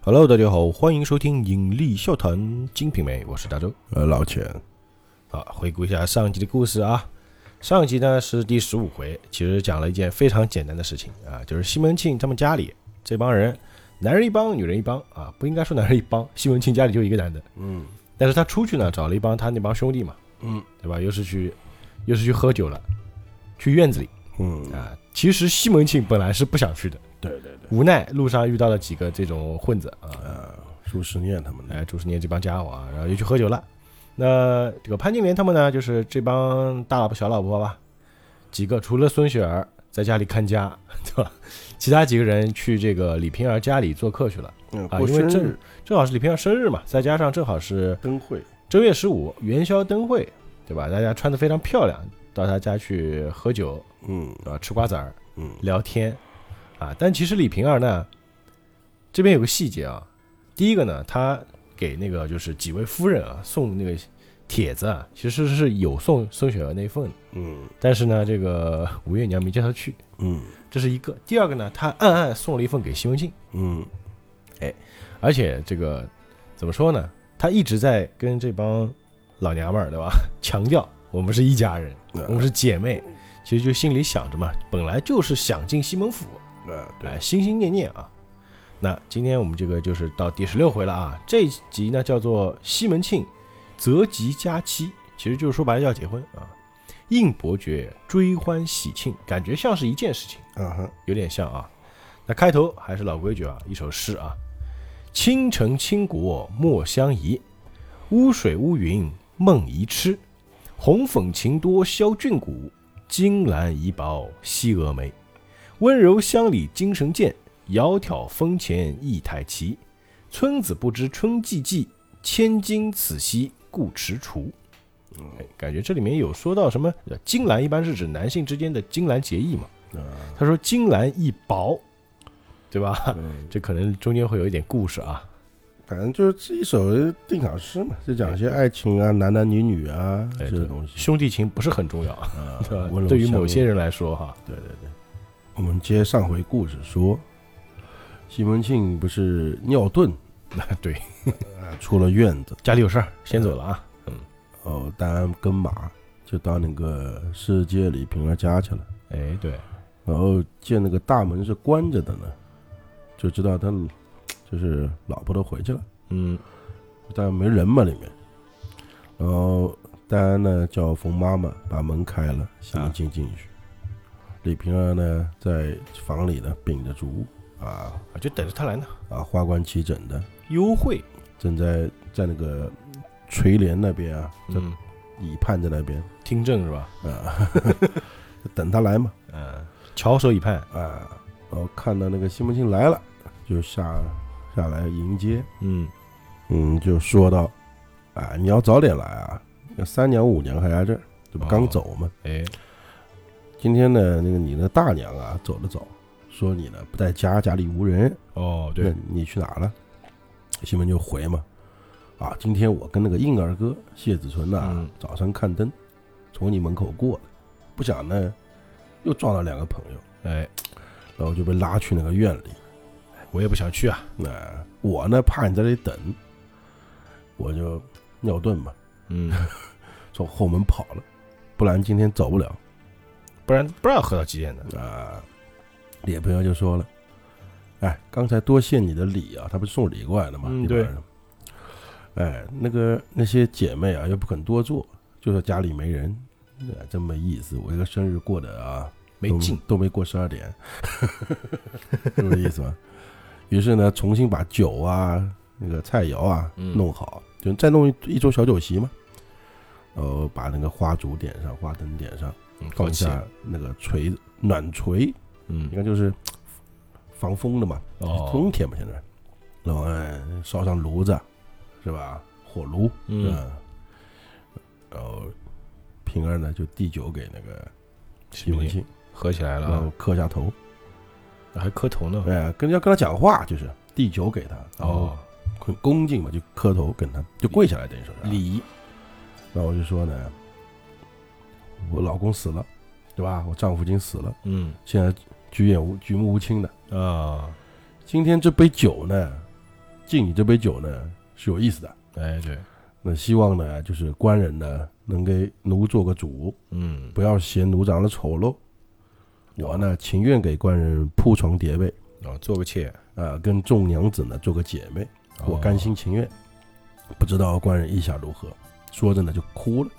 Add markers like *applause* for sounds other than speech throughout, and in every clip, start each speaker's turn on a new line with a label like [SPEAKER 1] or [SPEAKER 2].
[SPEAKER 1] Hello，大家好，欢迎收听《引力笑谈金瓶梅》，我是大周。
[SPEAKER 2] 呃，老钱，
[SPEAKER 1] 啊，回顾一下上一集的故事啊。上一集呢是第十五回，其实讲了一件非常简单的事情啊，就是西门庆他们家里这帮人，男人一帮，女人一帮啊，不应该说男人一帮， *laughs* 西门庆家里就一个男的，
[SPEAKER 2] 嗯
[SPEAKER 1] 但是他出去呢找了一帮他那帮兄弟嘛，
[SPEAKER 2] 嗯，
[SPEAKER 1] 对吧？又是去，又是去喝酒了，去院子里
[SPEAKER 2] 嗯，
[SPEAKER 1] 啊。其实西门庆本来是不想去的，
[SPEAKER 2] 对对对，
[SPEAKER 1] 无奈路上遇到了几个这种混子啊，
[SPEAKER 2] 呃，朱时念他们的，
[SPEAKER 1] 哎，朱时念这帮家伙啊，然后又去喝酒了。那这个潘金莲他们呢，就是这帮大老婆小老婆吧，几个除了孙雪儿在家里看家， *laughs* 对吧？其他几个人去这个李瓶儿家里做客去了。
[SPEAKER 2] 嗯，
[SPEAKER 1] 啊
[SPEAKER 2] 过
[SPEAKER 1] 因为
[SPEAKER 2] 生
[SPEAKER 1] 这
[SPEAKER 2] 日
[SPEAKER 1] 正好是李瓶儿生日嘛，再加上正好是
[SPEAKER 2] 灯会，
[SPEAKER 1] 正月十五元宵灯会，对吧？大家穿得非常漂亮，到他家去喝酒，
[SPEAKER 2] 嗯
[SPEAKER 1] 对吧？啊吃瓜子儿，
[SPEAKER 2] 嗯，
[SPEAKER 1] 聊天啊。但其实李瓶儿呢，这边有个细节啊。第一个呢，她给那个就是几位夫人啊送那个帖子啊，其实是有送孙雪儿那份的，
[SPEAKER 2] 嗯
[SPEAKER 1] 但是呢，这个吴月娘没叫她去，
[SPEAKER 2] 嗯
[SPEAKER 1] 这是一个。第二个呢，她暗暗送了一份给西门庆，
[SPEAKER 2] 嗯
[SPEAKER 1] 而且这个怎么说呢？她一直在跟这帮老娘们儿对吧 *laughs* 强调我们是一家人，我们
[SPEAKER 2] 呃，
[SPEAKER 1] 是姐妹。其实就心里想着嘛，本来就是想进西门府，
[SPEAKER 2] 呃，
[SPEAKER 1] 哎，
[SPEAKER 2] 对，
[SPEAKER 1] 心心念念啊。那今天我们这个就是到第十六回了啊，这一集呢叫做西门庆择吉佳期，其实就是说白了要结婚啊。应伯爵追欢喜庆，感觉像是一件事情，
[SPEAKER 2] 啊哈，
[SPEAKER 1] 有点像啊。那开头还是老规矩啊，一首诗啊：倾城倾国莫相疑，乌水乌云梦遗痴。红粉情多消俊骨，金兰怡薄惜蛾眉。温柔乡里精神健，窈窕风前意太奇。村子不知春寂寂，千金此夕故踟蹰。哎，感觉这里面有说到什么？呃金兰一般是指男性之间的金兰结义嘛。
[SPEAKER 2] 啊，
[SPEAKER 1] 他说金兰一薄，对吧？
[SPEAKER 2] 嗯
[SPEAKER 1] 这可能中间会有一点故事啊。
[SPEAKER 2] 反正就是这一首定场诗嘛，就讲一些爱情啊、男男女女啊
[SPEAKER 1] 哎
[SPEAKER 2] 这
[SPEAKER 1] 对
[SPEAKER 2] 些东西
[SPEAKER 1] 兄弟情不是很重要，
[SPEAKER 2] *laughs* 啊
[SPEAKER 1] 对吧，
[SPEAKER 2] 温柔
[SPEAKER 1] 对于某
[SPEAKER 2] 乡
[SPEAKER 1] 些
[SPEAKER 2] 里
[SPEAKER 1] 人来说哈，
[SPEAKER 2] 对对对，我们接上回故事说，西门庆不是尿遁嗯
[SPEAKER 1] *laughs* 对，
[SPEAKER 2] 啊，出了院子，
[SPEAKER 1] 家里有事儿先走了啊。
[SPEAKER 2] 哦，当然跟马就到那个世界里平儿家去了。
[SPEAKER 1] 哎，对，
[SPEAKER 2] 然后见那个大门是关着的呢，就知道他就是老婆都回去了，
[SPEAKER 1] 嗯，
[SPEAKER 2] 但没人嘛里面。然后戴安呢叫冯妈妈把门开了，西门庆进去。李瓶儿呢在房里呢秉着烛啊
[SPEAKER 1] 啊就等着他来呢。
[SPEAKER 2] 啊花冠齐整的，
[SPEAKER 1] 幽会，
[SPEAKER 2] 正在在那个垂帘那边啊，在
[SPEAKER 1] 嗯，
[SPEAKER 2] 椅畔在那边
[SPEAKER 1] 听政是吧？
[SPEAKER 2] 啊，就等他来嘛。
[SPEAKER 1] 嗯，翘首以盼。
[SPEAKER 2] 啊，然后看到那个西门庆来了，就下下来迎接，
[SPEAKER 1] 嗯，
[SPEAKER 2] 嗯，就说道，啊，你要早点来啊，那三娘五娘还在这儿，这不刚
[SPEAKER 1] 哦
[SPEAKER 2] 走吗？
[SPEAKER 1] 哎，
[SPEAKER 2] 今天呢，那个你的大娘啊走得早，说你呢不在家，家里无人，
[SPEAKER 1] 哦，对，
[SPEAKER 2] 那你去哪儿了？西门就回嘛，啊，今天我跟那个应二哥谢子存呐、
[SPEAKER 1] 嗯
[SPEAKER 2] 早上看灯，从你门口过来，不想呢又撞到两个朋友，
[SPEAKER 1] 哎，
[SPEAKER 2] 然后就被拉去那个院里。
[SPEAKER 1] 我也不想去啊。
[SPEAKER 2] 那、我呢怕你在这里等，我就尿遁嘛，
[SPEAKER 1] 嗯，
[SPEAKER 2] 从后门跑了，不然今天走不了
[SPEAKER 1] 不然不知道喝到几点呢。
[SPEAKER 2] 啊。李朋友就说了：“哎，刚才多谢你的礼啊，他不是送礼过来的嘛，
[SPEAKER 1] 嗯
[SPEAKER 2] 一般人。哎，那个那些姐妹啊，又不肯多做，就说家里没人，哎，真没意思。我这个生日过的啊，
[SPEAKER 1] 没
[SPEAKER 2] 都
[SPEAKER 1] 劲，
[SPEAKER 2] 都没过十二点， *laughs* 是不是意思吧？于是呢，重新把酒啊、那个菜肴啊
[SPEAKER 1] 嗯
[SPEAKER 2] 弄好，就再弄一一桌小酒席嘛。呃，把那个花烛点上，花灯点上，
[SPEAKER 1] 嗯高
[SPEAKER 2] 放
[SPEAKER 1] 兴。
[SPEAKER 2] 下那个锤子暖锤，
[SPEAKER 1] 嗯
[SPEAKER 2] 你，看就是防风的嘛，
[SPEAKER 1] 哦，
[SPEAKER 2] 冬天嘛现在，然后哎烧上炉子，是吧？火炉，
[SPEAKER 1] 嗯，，
[SPEAKER 2] 然后平儿呢就递酒给那个西
[SPEAKER 1] 门
[SPEAKER 2] 门
[SPEAKER 1] 庆
[SPEAKER 2] 庆，
[SPEAKER 1] 喝起来了
[SPEAKER 2] 然后
[SPEAKER 1] 啊，
[SPEAKER 2] 磕下头，
[SPEAKER 1] 还磕头呢。
[SPEAKER 2] 哎，跟要跟他讲话，就是递酒给他，然后
[SPEAKER 1] 哦，
[SPEAKER 2] 很恭敬嘛，就磕头跟他，就跪下来等于说是啊。
[SPEAKER 1] 礼仪，
[SPEAKER 2] 然后我就说呢，我老公死了，对吧？我丈夫已经死了，
[SPEAKER 1] 嗯
[SPEAKER 2] 现在举眼无举目无亲的。
[SPEAKER 1] 啊，
[SPEAKER 2] 今天这杯酒呢，敬你这杯酒呢是有意思的。
[SPEAKER 1] 哎，对，
[SPEAKER 2] 那希望呢，就是官人呢能给奴做个主，
[SPEAKER 1] 嗯，
[SPEAKER 2] 不要嫌奴长得丑陋。我呢情愿给官人铺床叠被，
[SPEAKER 1] 哦，做个妾，
[SPEAKER 2] 啊，跟众娘子呢做个姐妹，
[SPEAKER 1] 哦
[SPEAKER 2] 我甘心情愿。不知道官人意下如何？说着呢就哭了。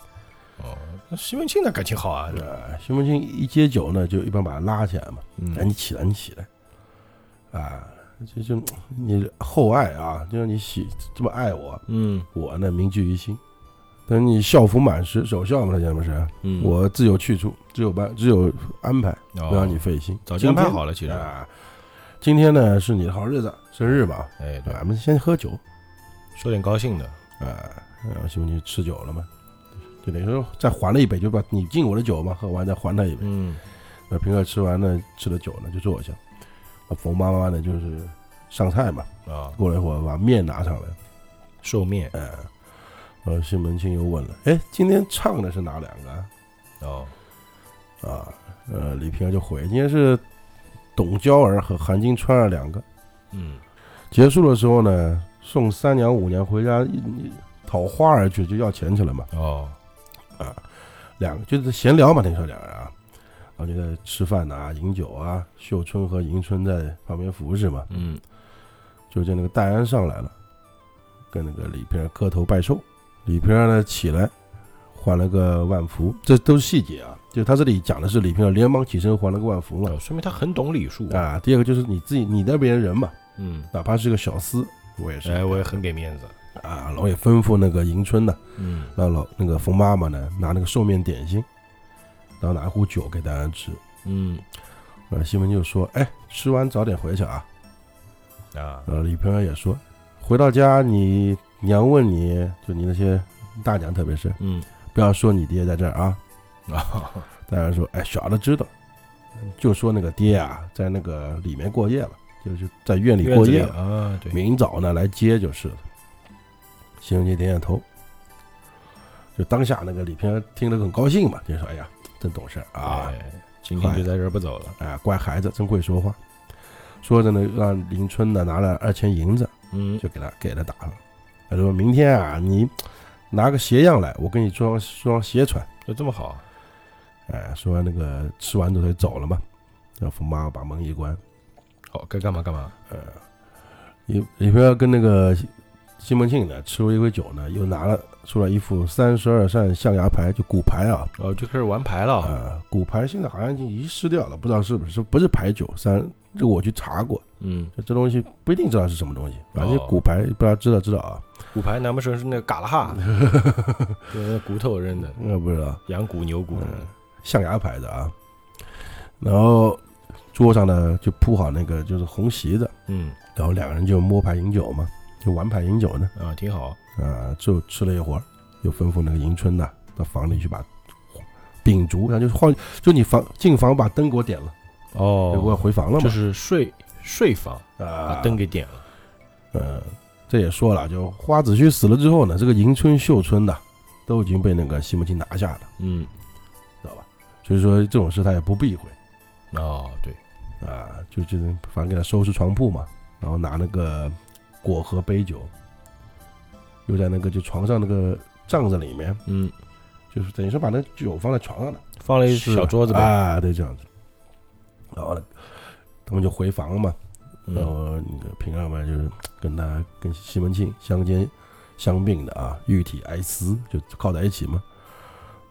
[SPEAKER 1] 哦。那徐文清那感情好啊，
[SPEAKER 2] 啊，徐文清一接酒呢，就一般把他拉起来嘛，哎，
[SPEAKER 1] 嗯
[SPEAKER 2] 你起来，你起来，啊，这就你厚爱啊，就让你喜这么爱我，
[SPEAKER 1] 嗯
[SPEAKER 2] 我呢铭记于心。等你校服满时，守孝嘛，他讲的是，
[SPEAKER 1] 嗯，
[SPEAKER 2] 我自有去处，自有办，自有安排，
[SPEAKER 1] 哦
[SPEAKER 2] 不让你费心。
[SPEAKER 1] 早就安排
[SPEAKER 2] 今天
[SPEAKER 1] 好了，其实，
[SPEAKER 2] 啊，今天呢是你的好日子，生日嘛，啊
[SPEAKER 1] 哎，对，
[SPEAKER 2] 咱们先喝酒
[SPEAKER 1] 说点高兴的，
[SPEAKER 2] 啊，然后西门庆吃酒了嘛，就等于说再还了一杯，就把你敬我的酒嘛，喝完再还他一杯。
[SPEAKER 1] 嗯，
[SPEAKER 2] 那平儿吃完呢，吃了酒呢，就坐下。那冯妈妈呢，就是上菜嘛，
[SPEAKER 1] 啊，
[SPEAKER 2] 过了一会儿把面拿上来，
[SPEAKER 1] 寿面，
[SPEAKER 2] 嗯呃，西门庆又问了，哎，今天唱的是哪两个啊
[SPEAKER 1] 哦，
[SPEAKER 2] 啊？呃，李平儿就回，今天是董娇儿和韩金钏儿两个。
[SPEAKER 1] 嗯，
[SPEAKER 2] 结束的时候呢，送三娘五娘回家一一讨花儿去，就要钱去了嘛。
[SPEAKER 1] 哦，
[SPEAKER 2] 啊，两个就是闲聊嘛，那时候两个人啊，然后就在吃饭呐、啊、饮酒啊。秀春和迎春在旁边服侍嘛。
[SPEAKER 1] 嗯，
[SPEAKER 2] 就见那个戴安上来了，跟那个李平儿磕头拜寿。李平儿呢起来，还了个万福，这都是细节啊。就他这里讲的是李平儿连忙起身还了个万福嘛。
[SPEAKER 1] 哦说明他很懂礼数，
[SPEAKER 2] 啊，第二个就是你自己，你那边人嘛，
[SPEAKER 1] 嗯，
[SPEAKER 2] 哪怕是个小厮，我也是
[SPEAKER 1] 哎，我也很给面子，
[SPEAKER 2] 啊。老也吩咐那个迎春呢，
[SPEAKER 1] 嗯，
[SPEAKER 2] 让老那个冯妈妈呢拿那个寿面点心，然后拿一壶酒给戴安吃。
[SPEAKER 1] 嗯，
[SPEAKER 2] 呃，西门庆就说：“哎，吃完早点回去啊。”
[SPEAKER 1] 啊，
[SPEAKER 2] 呃，李平儿也说，回到家你娘问你，就你那些大娘，特别是
[SPEAKER 1] 嗯，
[SPEAKER 2] 不要说你爹在这儿啊。 *laughs*
[SPEAKER 1] 啊，
[SPEAKER 2] 大家说，哎，小的知道，就说那个爹啊，在那个里面过夜了，就是在院里过夜
[SPEAKER 1] 院子
[SPEAKER 2] 了，
[SPEAKER 1] 啊，对，
[SPEAKER 2] 明早呢来接就是了。西门庆点点头，就当下那个李平儿听了很高兴嘛，就说，哎呀，真懂事儿啊，
[SPEAKER 1] 哎，今天就在这儿不走了，
[SPEAKER 2] 哎，乖孩子，真会说话。说着呢，让迎春呢拿了二钱银子。
[SPEAKER 1] 嗯，
[SPEAKER 2] 就给他给他打了。他说明天啊，你拿个鞋样来，我给你装双鞋穿。
[SPEAKER 1] 就这么好，啊
[SPEAKER 2] 哎，说完那个吃完之后就走了嘛。然后冯妈妈把门一关，
[SPEAKER 1] 好，该干嘛干嘛，
[SPEAKER 2] 呃，李李平儿跟那个西西门庆呢吃过一回酒呢，又拿了出来一副三十二扇象牙牌，就骨牌啊，
[SPEAKER 1] 哦，就开始玩牌了，
[SPEAKER 2] 呃，骨牌现在好像已经遗失掉了，不知道是不是不是牌九三，这个我去查过，
[SPEAKER 1] 嗯，
[SPEAKER 2] 这这东西不一定知道是什么东西，反正
[SPEAKER 1] 哦
[SPEAKER 2] 骨牌不知道知道知道啊，
[SPEAKER 1] 骨牌难不成是那个嘎啦
[SPEAKER 2] *laughs*
[SPEAKER 1] 哈，就是那骨头扔的，
[SPEAKER 2] 那呃不知道。
[SPEAKER 1] 羊骨牛骨，
[SPEAKER 2] 嗯，象牙牌子啊。然后桌上呢就铺好那个就是红席子，
[SPEAKER 1] 嗯，
[SPEAKER 2] 然后两个人就摸牌饮酒嘛，就玩牌饮酒呢。
[SPEAKER 1] 啊，挺好，
[SPEAKER 2] 啊，就吃了一会儿，又吩咐那个迎春呐、到房里去把秉烛，然后就是换，就你房进房把灯给我点了，
[SPEAKER 1] 哦
[SPEAKER 2] 我要回房了
[SPEAKER 1] 就
[SPEAKER 2] 嘛。
[SPEAKER 1] 是睡睡房，把
[SPEAKER 2] 啊，
[SPEAKER 1] 灯给点了，
[SPEAKER 2] 呃，这也说了，就花子虚死了之后呢，这个迎春、秀春呐、都已经被那个西门庆拿下了，
[SPEAKER 1] 嗯，
[SPEAKER 2] 知道吧？所以说这种事他也不避讳。
[SPEAKER 1] 哦，对，
[SPEAKER 2] 啊，就就反正给他收拾床铺嘛，然后拿那个果和杯酒，又在那个就床上那个帐子里面，
[SPEAKER 1] 嗯，
[SPEAKER 2] 就是等于说把那酒放在床上了，
[SPEAKER 1] 放了一小桌子呗，
[SPEAKER 2] 啊，对，这样子。然后呢，他们就回房了嘛，然
[SPEAKER 1] 嗯，
[SPEAKER 2] 后那个平儿嘛，就是跟他跟西门庆相煎相并的啊，玉体哀思就靠在一起嘛，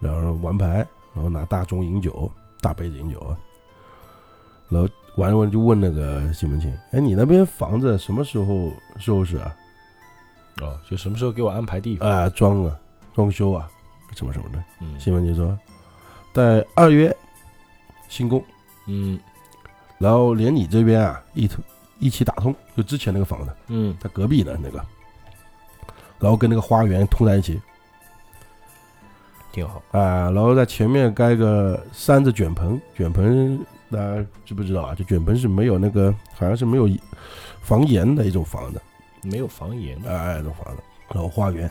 [SPEAKER 2] 然后玩牌，然后拿大盅饮酒，大杯子饮酒啊，然后玩一玩就问那个西门庆，哎，你那边房子什么时候收拾啊？
[SPEAKER 1] 哦，就什么时候给我安排地方，
[SPEAKER 2] 啊，装啊，装修啊，什么什么的。
[SPEAKER 1] 嗯
[SPEAKER 2] 西门庆说，在二月新工，
[SPEAKER 1] 嗯
[SPEAKER 2] 然后连你这边啊一通一起打通，就之前那个房子。
[SPEAKER 1] 嗯，
[SPEAKER 2] 在隔壁的那个，然后跟那个花园通在一起
[SPEAKER 1] 挺好，
[SPEAKER 2] 啊，然后在前面盖个三字卷棚，卷棚大家知不知道啊？就卷棚是没有那个，好像是没有房檐的一种房子，
[SPEAKER 1] 没有房檐的，
[SPEAKER 2] 哎，一种房子，然后花园，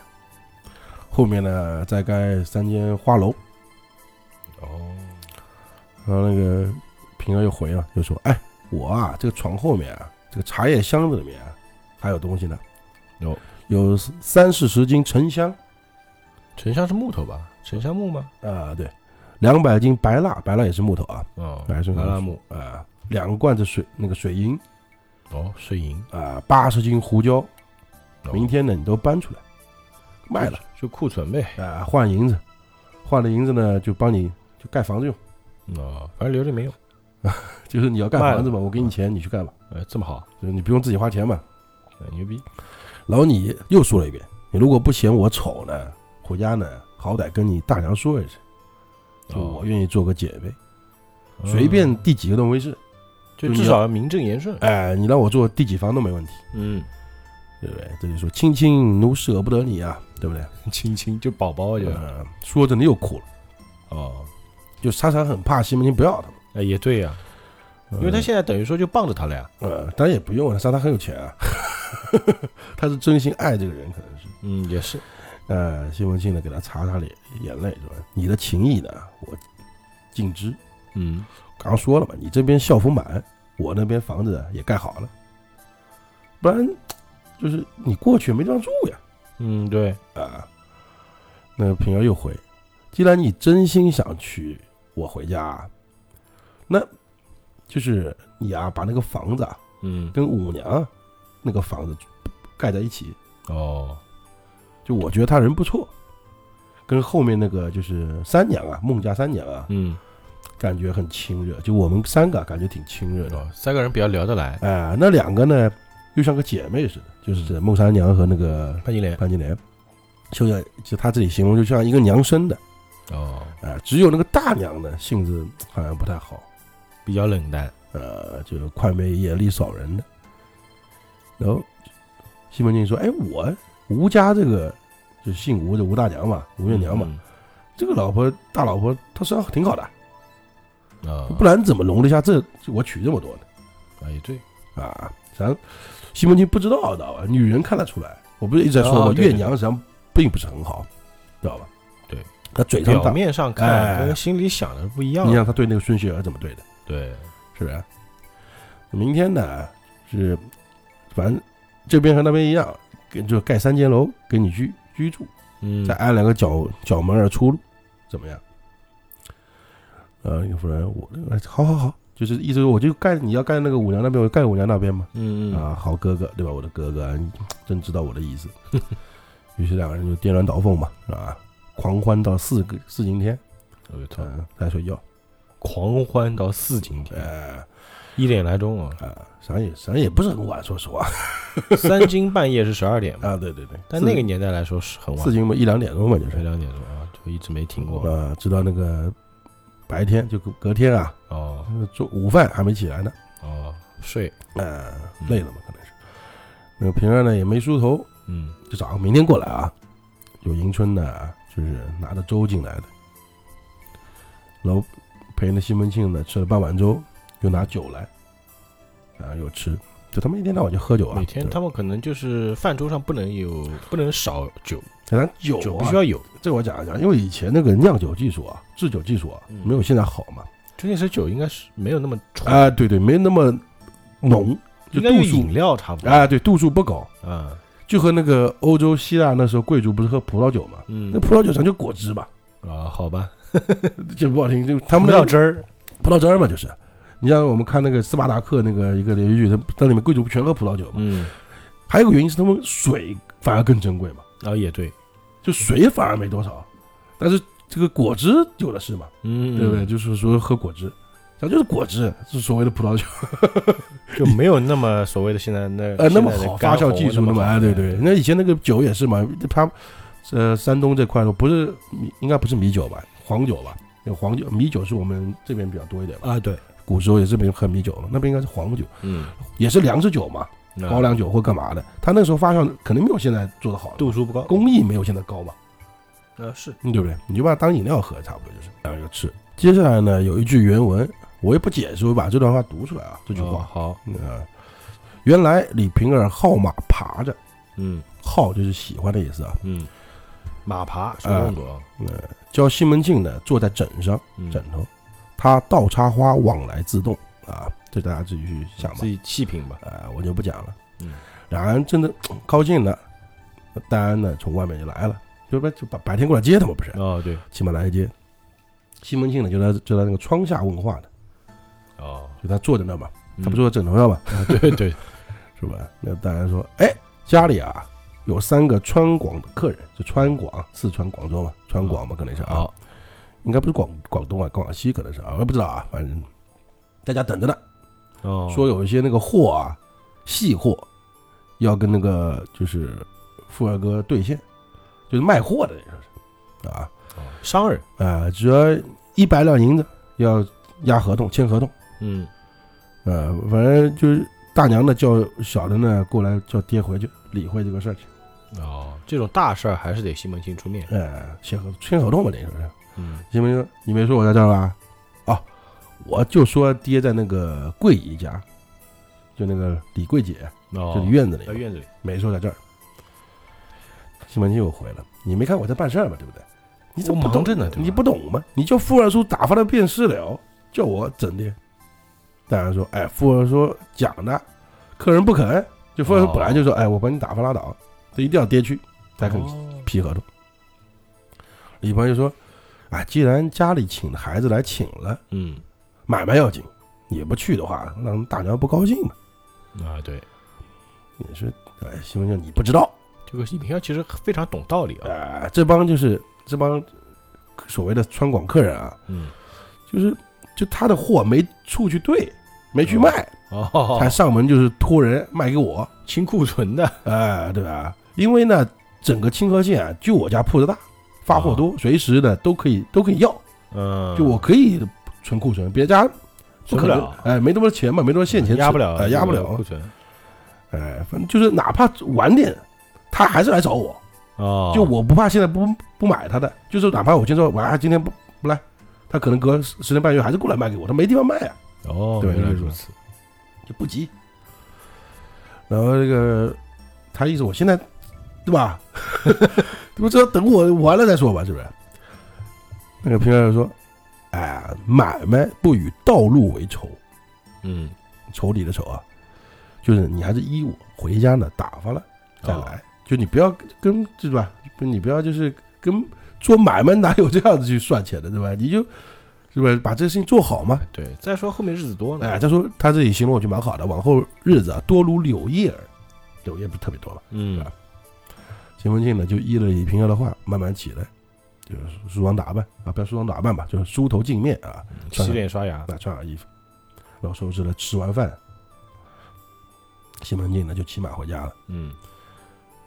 [SPEAKER 2] 后面呢再盖三间花楼，
[SPEAKER 1] 哦，
[SPEAKER 2] 然后那个平儿又回了，就说：“哎，我啊，这个床后面啊，这个茶叶箱子里面、啊、还有东西呢，
[SPEAKER 1] 有
[SPEAKER 2] 有三四十斤沉香
[SPEAKER 1] 沉香是木头吧？沉香木吗？
[SPEAKER 2] 啊，对，两百斤白蜡，白蜡也是木头啊
[SPEAKER 1] 哦，
[SPEAKER 2] 还是
[SPEAKER 1] 拉拉木
[SPEAKER 2] 啊，两罐子水那个水银
[SPEAKER 1] 哦，碎银，
[SPEAKER 2] 啊，八十斤胡椒，
[SPEAKER 1] 哦
[SPEAKER 2] 明天呢你都搬出来卖了
[SPEAKER 1] 就库存呗。
[SPEAKER 2] 啊，换银子，换了银子呢就帮你就盖房子用， *laughs*
[SPEAKER 1] 哦，反正留着没用。
[SPEAKER 2] 就是你要盖
[SPEAKER 1] 卖了啊
[SPEAKER 2] 房子嘛，我给你钱你去盖吧，
[SPEAKER 1] 哎，这么好，
[SPEAKER 2] 就是你不用自己花钱嘛。
[SPEAKER 1] 哎牛逼！
[SPEAKER 2] 然后你又说了一遍，你如果不嫌我丑呢，回家呢好歹跟你大娘说一声，就
[SPEAKER 1] 哦
[SPEAKER 2] 我愿意做个姐妹，随便
[SPEAKER 1] 嗯
[SPEAKER 2] 第几个都没事，
[SPEAKER 1] 就
[SPEAKER 2] 就
[SPEAKER 1] 至
[SPEAKER 2] 你
[SPEAKER 1] 少要名正言顺。
[SPEAKER 2] 哎，你让我做第几房都没问题，
[SPEAKER 1] 嗯，
[SPEAKER 2] 对不对？这就说亲亲奴舍不得你啊，对不对？
[SPEAKER 1] *laughs* 亲亲就宝宝就
[SPEAKER 2] 呃，说着你又哭了，
[SPEAKER 1] 嗯哦，
[SPEAKER 2] 就莎莎很怕西门庆不要他嘛，
[SPEAKER 1] 哎也对呀，因为他
[SPEAKER 2] 呃
[SPEAKER 1] 现在等于说就傍着他了呀。
[SPEAKER 2] 呃，当然也不用了，莎莎很有钱
[SPEAKER 1] *laughs*
[SPEAKER 2] 啊，他是真心爱这个人，可能是。
[SPEAKER 1] 嗯，也是。
[SPEAKER 2] 呃，西门庆呢给他擦擦脸眼泪是吧？你的情谊呢，我尽知。
[SPEAKER 1] 嗯，
[SPEAKER 2] 刚刚说了嘛，你这边校服满，我那边房子也盖好了，不然就是你过去也没地方住呀。
[SPEAKER 1] 嗯，对，
[SPEAKER 2] 啊，那平儿又回，既然你真心想娶我回家，啊那就是你啊，把那个房子啊
[SPEAKER 1] 嗯，
[SPEAKER 2] 跟五娘啊那个房子盖在一起，
[SPEAKER 1] 哦，
[SPEAKER 2] 就我觉得他人不错，跟后面那个就是三娘啊，孟家三娘啊，
[SPEAKER 1] 嗯，
[SPEAKER 2] 感觉很亲热，就我们三个啊感觉挺亲热的。
[SPEAKER 1] 哦，三个人比较聊得来。
[SPEAKER 2] 哎、那两个呢，又像个姐妹似的，就是这孟三娘和那个
[SPEAKER 1] 潘金莲，
[SPEAKER 2] 潘金莲，就像就他这里形容，就像一个娘生的。
[SPEAKER 1] 哦，
[SPEAKER 2] 啊，只有那个大娘呢，性子好像不太好，
[SPEAKER 1] 比较冷淡。
[SPEAKER 2] 呃，就快眉眼力扫人的。然后西门庆说：“哎，我吴家这个就是姓吴的吴大娘嘛，吴月娘嘛，
[SPEAKER 1] 嗯，
[SPEAKER 2] 这个老婆大老婆她身上挺好的，
[SPEAKER 1] 啊，
[SPEAKER 2] 不然怎么容得下这我娶这么多呢？
[SPEAKER 1] 啊，也对，
[SPEAKER 2] 啊，咱西门庆不知道，知道吧？女人看得出来，我不是一直在说
[SPEAKER 1] 哦
[SPEAKER 2] 吗？
[SPEAKER 1] 对
[SPEAKER 2] 月
[SPEAKER 1] 对
[SPEAKER 2] 娘实际上并不是很好，知道吧？
[SPEAKER 1] 对，
[SPEAKER 2] 她嘴上
[SPEAKER 1] 表
[SPEAKER 2] 大，
[SPEAKER 1] 面上看
[SPEAKER 2] 哎
[SPEAKER 1] 跟心里想的不一样
[SPEAKER 2] 你。想她对那个孙雪儿怎么对的？”
[SPEAKER 1] 对，
[SPEAKER 2] 是不是？明天呢是，反正这边和那边一样，给就盖三间楼给你居居住，
[SPEAKER 1] 嗯
[SPEAKER 2] 再，安两个角角门儿出入，怎么样？呃，有夫人，我哎好好好，就是意思说我就盖你要盖那个五娘那边，我就盖五娘那边嘛。
[SPEAKER 1] 嗯嗯
[SPEAKER 2] 啊，好哥哥，对吧？我的哥哥，你真知道我的意思。 *laughs* 于是两个人就颠鸾倒凤嘛，啊，狂欢到四个四更天，
[SPEAKER 1] 我操，
[SPEAKER 2] 嗯，才睡觉。
[SPEAKER 1] 狂欢到四更天，
[SPEAKER 2] 呃，
[SPEAKER 1] 一点来钟 *laughs* 啊，
[SPEAKER 2] 啊，咱也咱也不是很晚，说实话。
[SPEAKER 1] 三更半夜是十二 *laughs* 点嘛，
[SPEAKER 2] 啊，对对对，
[SPEAKER 1] 但那个啊年代来说是很晚
[SPEAKER 2] 四，斤嘛，一两点钟嘛，就
[SPEAKER 1] 才
[SPEAKER 2] 是
[SPEAKER 1] 两点钟啊，就一直没停过。
[SPEAKER 2] 呃，直到那个白天就隔隔天啊，
[SPEAKER 1] 哦
[SPEAKER 2] 那做午饭还没起来呢，
[SPEAKER 1] 哦，睡，
[SPEAKER 2] 呃，
[SPEAKER 1] 嗯
[SPEAKER 2] 累了嘛，可能是。那个平儿呢也没梳头，
[SPEAKER 1] 嗯，
[SPEAKER 2] 就找个明天过来啊。有迎春呢，就是拿着粥进来的，然后陪那西门庆呢吃了半碗粥，又拿酒来，啊，又吃，就他们一天到晚就喝酒啊，
[SPEAKER 1] 每天
[SPEAKER 2] 对吧
[SPEAKER 1] 他们可能就是饭桌上不能有，不能少酒，
[SPEAKER 2] 哎咱酒
[SPEAKER 1] 酒必
[SPEAKER 2] 啊
[SPEAKER 1] 须，要有。
[SPEAKER 2] 这我讲一讲，因为以前那个酿酒技术啊，制酒技术啊，
[SPEAKER 1] 嗯
[SPEAKER 2] 没有现在好嘛。
[SPEAKER 1] 就那时候酒应该是没有那么纯，
[SPEAKER 2] 啊，对对，没那么浓，就
[SPEAKER 1] 应该有
[SPEAKER 2] 度数
[SPEAKER 1] 饮料差不多。
[SPEAKER 2] 啊，对，度数不高，
[SPEAKER 1] 啊，
[SPEAKER 2] 就和那个欧洲希腊那时候贵族不是喝葡萄酒嘛，
[SPEAKER 1] 嗯
[SPEAKER 2] 那，葡萄酒咱就果汁嘛，
[SPEAKER 1] 啊，好吧，
[SPEAKER 2] 这不好听，就他们
[SPEAKER 1] 葡
[SPEAKER 2] 那
[SPEAKER 1] 萄汁儿，
[SPEAKER 2] 葡萄汁儿嘛，就是。你像我们看那个斯巴达克那个一个连续剧，它它里面贵族不全喝葡萄酒嘛？
[SPEAKER 1] 嗯，
[SPEAKER 2] 还有一个原因是他们水反而更珍贵嘛，
[SPEAKER 1] 啊，也对，
[SPEAKER 2] 就水反而没多少，但是这个果汁有的是嘛，
[SPEAKER 1] 嗯，
[SPEAKER 2] 对不对？？就是说喝果汁，咱就是果汁，是所谓的葡萄酒。
[SPEAKER 1] 嗯就没有那么所谓的现在那
[SPEAKER 2] 呃，那么
[SPEAKER 1] 现在的
[SPEAKER 2] 好
[SPEAKER 1] 干
[SPEAKER 2] 发酵
[SPEAKER 1] 红
[SPEAKER 2] 技术
[SPEAKER 1] 那
[SPEAKER 2] 嘛，
[SPEAKER 1] 好嗯
[SPEAKER 2] 哎，对对，那以前那个酒也是嘛，它呃山东这块的不是米，应该不是米酒吧，黄酒吧，那个黄酒米酒是我们这边比较多一点吧，
[SPEAKER 1] 啊，对，
[SPEAKER 2] 古时候也这边喝米酒了，那边应该是黄酒，
[SPEAKER 1] 嗯，
[SPEAKER 2] 也是粮食酒嘛，
[SPEAKER 1] 那
[SPEAKER 2] 高粱酒或干嘛的，它那时候发酵肯定没有现在做的好，
[SPEAKER 1] 度数不高，
[SPEAKER 2] 工艺没有现在高嘛，
[SPEAKER 1] 呃是，
[SPEAKER 2] 嗯对不对？你就把它当饮料喝，差不多就是，然后就吃。接下来呢，有一句原文，我也不解释，我把这段话读出来啊，这句
[SPEAKER 1] 哦
[SPEAKER 2] 话，
[SPEAKER 1] 好，
[SPEAKER 2] 嗯啊，原来李瓶儿号马爬着。
[SPEAKER 1] 嗯
[SPEAKER 2] 好就是喜欢的意思啊。
[SPEAKER 1] 嗯，马爬是动作，
[SPEAKER 2] 叫西门庆呢坐在枕上，
[SPEAKER 1] 嗯
[SPEAKER 2] 枕头，他倒插花往来自动啊，这大家自己去想吧呃
[SPEAKER 1] 自。己细品吧，
[SPEAKER 2] 啊，我就不讲了。
[SPEAKER 1] 嗯，
[SPEAKER 2] 两人真的嗯高兴了，戴安呢从外面就来了，就把就把白天过来接他嘛，不是？
[SPEAKER 1] 哦，对，
[SPEAKER 2] 骑马来接。西门庆呢就在就在那个窗下问话呢，
[SPEAKER 1] 哦，
[SPEAKER 2] 就他坐在那嘛，他不
[SPEAKER 1] 说，
[SPEAKER 2] 坐在枕头上嘛，
[SPEAKER 1] *laughs* 对
[SPEAKER 2] *laughs*
[SPEAKER 1] 对，
[SPEAKER 2] 是吧？那戴安说，哎，家里啊有三个川广的客人，就川广，四川广州嘛，川广嘛可能是啊，
[SPEAKER 1] 好，
[SPEAKER 2] 应该不是广广东啊，广西可能是啊，我也不知道啊，反正大家等着呢。
[SPEAKER 1] 哦，
[SPEAKER 2] 说有一些那个货啊，细货，要跟那个就是富二哥兑现，就是卖货的，就是啊
[SPEAKER 1] 哦商人，
[SPEAKER 2] 啊，只要一百两银子，要押合同签合同，
[SPEAKER 1] 嗯，
[SPEAKER 2] 呃，反正就是大娘呢叫小的呢过来叫爹回去理会这个事儿去，
[SPEAKER 1] 哦，这种大事儿还是得西门庆出面，
[SPEAKER 2] 呃，签合签合同吧，等于说是。
[SPEAKER 1] 嗯，
[SPEAKER 2] 西门庆，你没说我在这儿吧？哦，我就说爹在那个桂姨家，就那个李桂姐，
[SPEAKER 1] 哦
[SPEAKER 2] 就，院子里。
[SPEAKER 1] 在院子里，
[SPEAKER 2] 没说在这儿。西门庆又回了，你没看我在办事儿吗？对不对？你怎么
[SPEAKER 1] 我
[SPEAKER 2] 不懂
[SPEAKER 1] 忙着呢对吧
[SPEAKER 2] 你不懂吗？你叫富二叔打发他便是了，叫我怎的？大家说，哎，富二叔讲的，客人不肯，就富二叔
[SPEAKER 1] 哦
[SPEAKER 2] 本来就说，哎，我把你打发拉倒，这一定要爹去，才肯
[SPEAKER 1] 哦
[SPEAKER 2] 批合同。李鹏就说，啊，既然家里请的孩子来请了，
[SPEAKER 1] 嗯，
[SPEAKER 2] 买卖要紧，你不去的话，让大娘不高兴嘛。
[SPEAKER 1] 啊，对，
[SPEAKER 2] 你说，哎，西门庆，你不知道。
[SPEAKER 1] 这个李平遥其实非常懂道理啊，
[SPEAKER 2] 啊，这帮就是这帮所谓的川广客人啊，
[SPEAKER 1] 嗯，
[SPEAKER 2] 就是就他的货没出去兑，没去卖，
[SPEAKER 1] 哦
[SPEAKER 2] 他，上门就是托人卖给我，
[SPEAKER 1] 清库存的，
[SPEAKER 2] 哎，对吧？因为呢，整个清河县啊，就我家铺子大，发
[SPEAKER 1] 哦
[SPEAKER 2] 货多，随时呢都可以都可以要，
[SPEAKER 1] 嗯，
[SPEAKER 2] 就我可以存库存，别家不
[SPEAKER 1] 存不
[SPEAKER 2] 可能
[SPEAKER 1] 了，，
[SPEAKER 2] 哎，没多少钱嘛，没多少现钱存，
[SPEAKER 1] 压不了
[SPEAKER 2] 哎，，压不
[SPEAKER 1] 库
[SPEAKER 2] 了，
[SPEAKER 1] 存，
[SPEAKER 2] 哎，反正就是哪怕晚点，他还是来找我，
[SPEAKER 1] 哦，
[SPEAKER 2] 就我不怕现在不不买他的，就是哪怕我今天说我啊今天不不来，他可能隔十十天半月还是过来卖给我，他没地方卖啊，
[SPEAKER 1] 哦，
[SPEAKER 2] 对
[SPEAKER 1] 原来
[SPEAKER 2] 就是
[SPEAKER 1] 如此，
[SPEAKER 2] 就不急。然后这个他意思我现在对吧？ *laughs* 我知道等我完了再说吧，是不是？那个平儿就说：“哎呀，买卖不与道路为仇，
[SPEAKER 1] 嗯，
[SPEAKER 2] 仇敌的仇啊，就是你还是依我回家呢，打发了再
[SPEAKER 1] 哦
[SPEAKER 2] 来，就你不要跟对吧？不，你不要就是跟做买卖哪有这样子去算钱的，对吧？你就是吧，把这事情做好嘛。
[SPEAKER 1] 哦，对，再说后面日子多呢，
[SPEAKER 2] 哎，再说他这里形容我觉得蛮好的，往后日子啊，多如柳叶儿，柳叶不是特别多嘛。
[SPEAKER 1] 嗯，
[SPEAKER 2] 西门庆呢就依了李瓶儿的话，慢慢起来，就是梳妆打扮啊，不要梳妆打扮吧，就是梳头净面啊，
[SPEAKER 1] 洗脸刷牙，
[SPEAKER 2] 那穿好衣服，然后收拾了，吃完饭，西门庆呢就骑马回家了。
[SPEAKER 1] 嗯，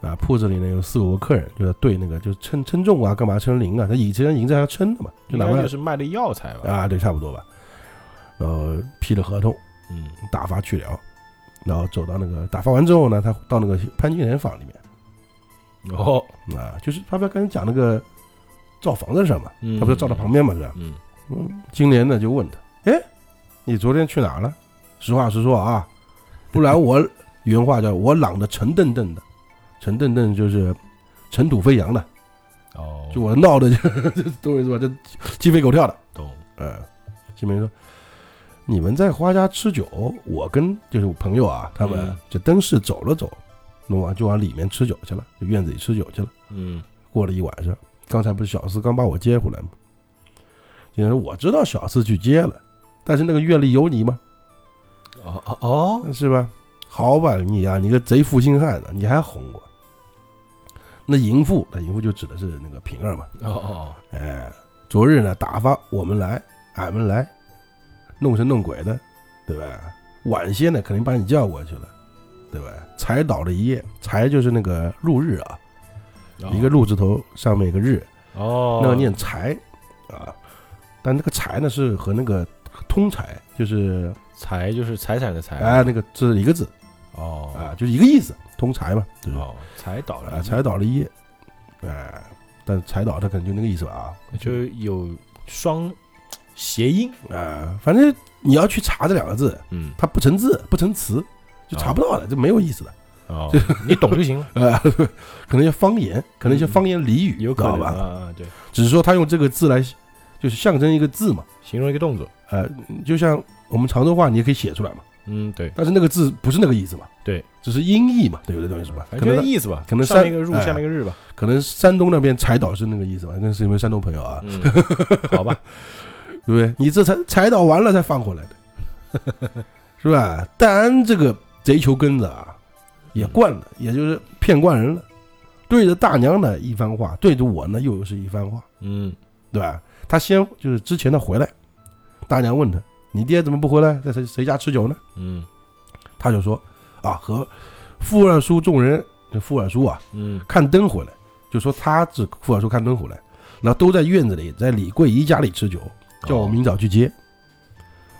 [SPEAKER 2] 啊，铺子里呢有四五个客人，就是对那个就是称称重啊，干嘛称零啊？他以前银子还要称的嘛，就
[SPEAKER 1] 应
[SPEAKER 2] 哪
[SPEAKER 1] 该
[SPEAKER 2] 怕
[SPEAKER 1] 就是卖的药材吧，
[SPEAKER 2] 啊，对，差不多吧。然后批了合同，
[SPEAKER 1] 嗯，
[SPEAKER 2] 打发去了，然后走到那个打发完之后呢，他到那个潘金莲坊里面
[SPEAKER 1] 哦，
[SPEAKER 2] 啊，就是他不是刚才讲那个造房子的事儿嘛，
[SPEAKER 1] 嗯
[SPEAKER 2] 他不是造到旁，边嘛，是吧？
[SPEAKER 1] 嗯，
[SPEAKER 2] 嗯，金莲呢就问他，哎，你昨天去哪儿了？实话实说啊，不然我原话叫我朗的沉甸甸的，沉甸甸就是尘土飞扬的。
[SPEAKER 1] 哦，
[SPEAKER 2] 就我闹的 *laughs* 就就都是吧，就鸡飞狗跳的。
[SPEAKER 1] 懂，
[SPEAKER 2] 嗯，西门庆说：“你们在花家吃酒，我跟就是我朋友啊，他们
[SPEAKER 1] 嗯
[SPEAKER 2] 就登市走了走，弄完就往里面吃酒去了，就院子里吃酒去了。
[SPEAKER 1] 嗯，
[SPEAKER 2] 过了一晚上，刚才不是小四刚把我接回来吗？今天说我知道小四去接了，但是那个院里有你吗？
[SPEAKER 1] 哦哦哦，
[SPEAKER 2] 是吧？好吧，你啊，你个贼负心汉呢，你还哄我。那淫妇，那淫妇就指的是那个平儿嘛。”
[SPEAKER 1] 哦哦，
[SPEAKER 2] 哎，昨日呢打发我们来，俺们来，弄神弄鬼的，对吧？晚些呢肯定把你叫过去了，对吧？才倒了一夜，才就是那个入日啊，
[SPEAKER 1] 哦
[SPEAKER 2] 一个入字头上面一个日，
[SPEAKER 1] 哦，
[SPEAKER 2] 那个念才啊，但那个才呢是和那个通才就是
[SPEAKER 1] 财就是财产的财，
[SPEAKER 2] 哎那个这是一个字
[SPEAKER 1] 哦
[SPEAKER 2] 啊，就是一个意思，通才嘛，对吧？
[SPEAKER 1] 哦，财倒
[SPEAKER 2] 啊，
[SPEAKER 1] 了，
[SPEAKER 2] 才倒了一夜，哎，但才倒他可能就那个意思吧啊，
[SPEAKER 1] 就有双谐音，
[SPEAKER 2] 啊，反正你要去查这两个字，
[SPEAKER 1] 嗯，
[SPEAKER 2] 它不成字、不成词，就查不到
[SPEAKER 1] 啊
[SPEAKER 2] 的，这没有意思的。 *laughs*
[SPEAKER 1] 哦，你懂就行了，
[SPEAKER 2] 呃，可能一些方言，可能一些方言俚语，
[SPEAKER 1] 有可能
[SPEAKER 2] 知道吧？
[SPEAKER 1] 啊，啊对，
[SPEAKER 2] 只是说他用这个字来，就是象征一个字嘛。
[SPEAKER 1] 形容一个动作，
[SPEAKER 2] 呃，就像我们常州话，你也可以写出来嘛，
[SPEAKER 1] 嗯，对，
[SPEAKER 2] 但是那个字不是那个意思嘛，
[SPEAKER 1] 对，
[SPEAKER 2] 只是音译嘛，对不对？等于是吧？
[SPEAKER 1] 反
[SPEAKER 2] 可
[SPEAKER 1] 正就
[SPEAKER 2] 能
[SPEAKER 1] 是意思吧，
[SPEAKER 2] 可能
[SPEAKER 1] 上
[SPEAKER 2] 上
[SPEAKER 1] 面一个入，
[SPEAKER 2] 哎
[SPEAKER 1] 下面一个日吧。
[SPEAKER 2] 可能山东那边柴岛是那个意思吧？那是因为山东朋友啊， *laughs*
[SPEAKER 1] 嗯，好吧，
[SPEAKER 2] 对不对？你这才柴岛完了才放回来的，是吧？戴安这个贼球根子啊，也惯了，也就是骗惯人了。对着大娘呢一番话，对着我呢又是一番话，
[SPEAKER 1] 嗯
[SPEAKER 2] 对吧？他先就是之前他回来，大娘问他：“你爹怎么不回来，在谁谁家吃酒呢？”
[SPEAKER 1] 嗯
[SPEAKER 2] 他就说啊，和傅二叔众人，这傅二叔啊，
[SPEAKER 1] 嗯
[SPEAKER 2] 看灯回来，就说他是傅二叔看灯回来，然后都在院子里，在李桂姨家里吃酒，叫
[SPEAKER 1] 哦
[SPEAKER 2] 我明早去接。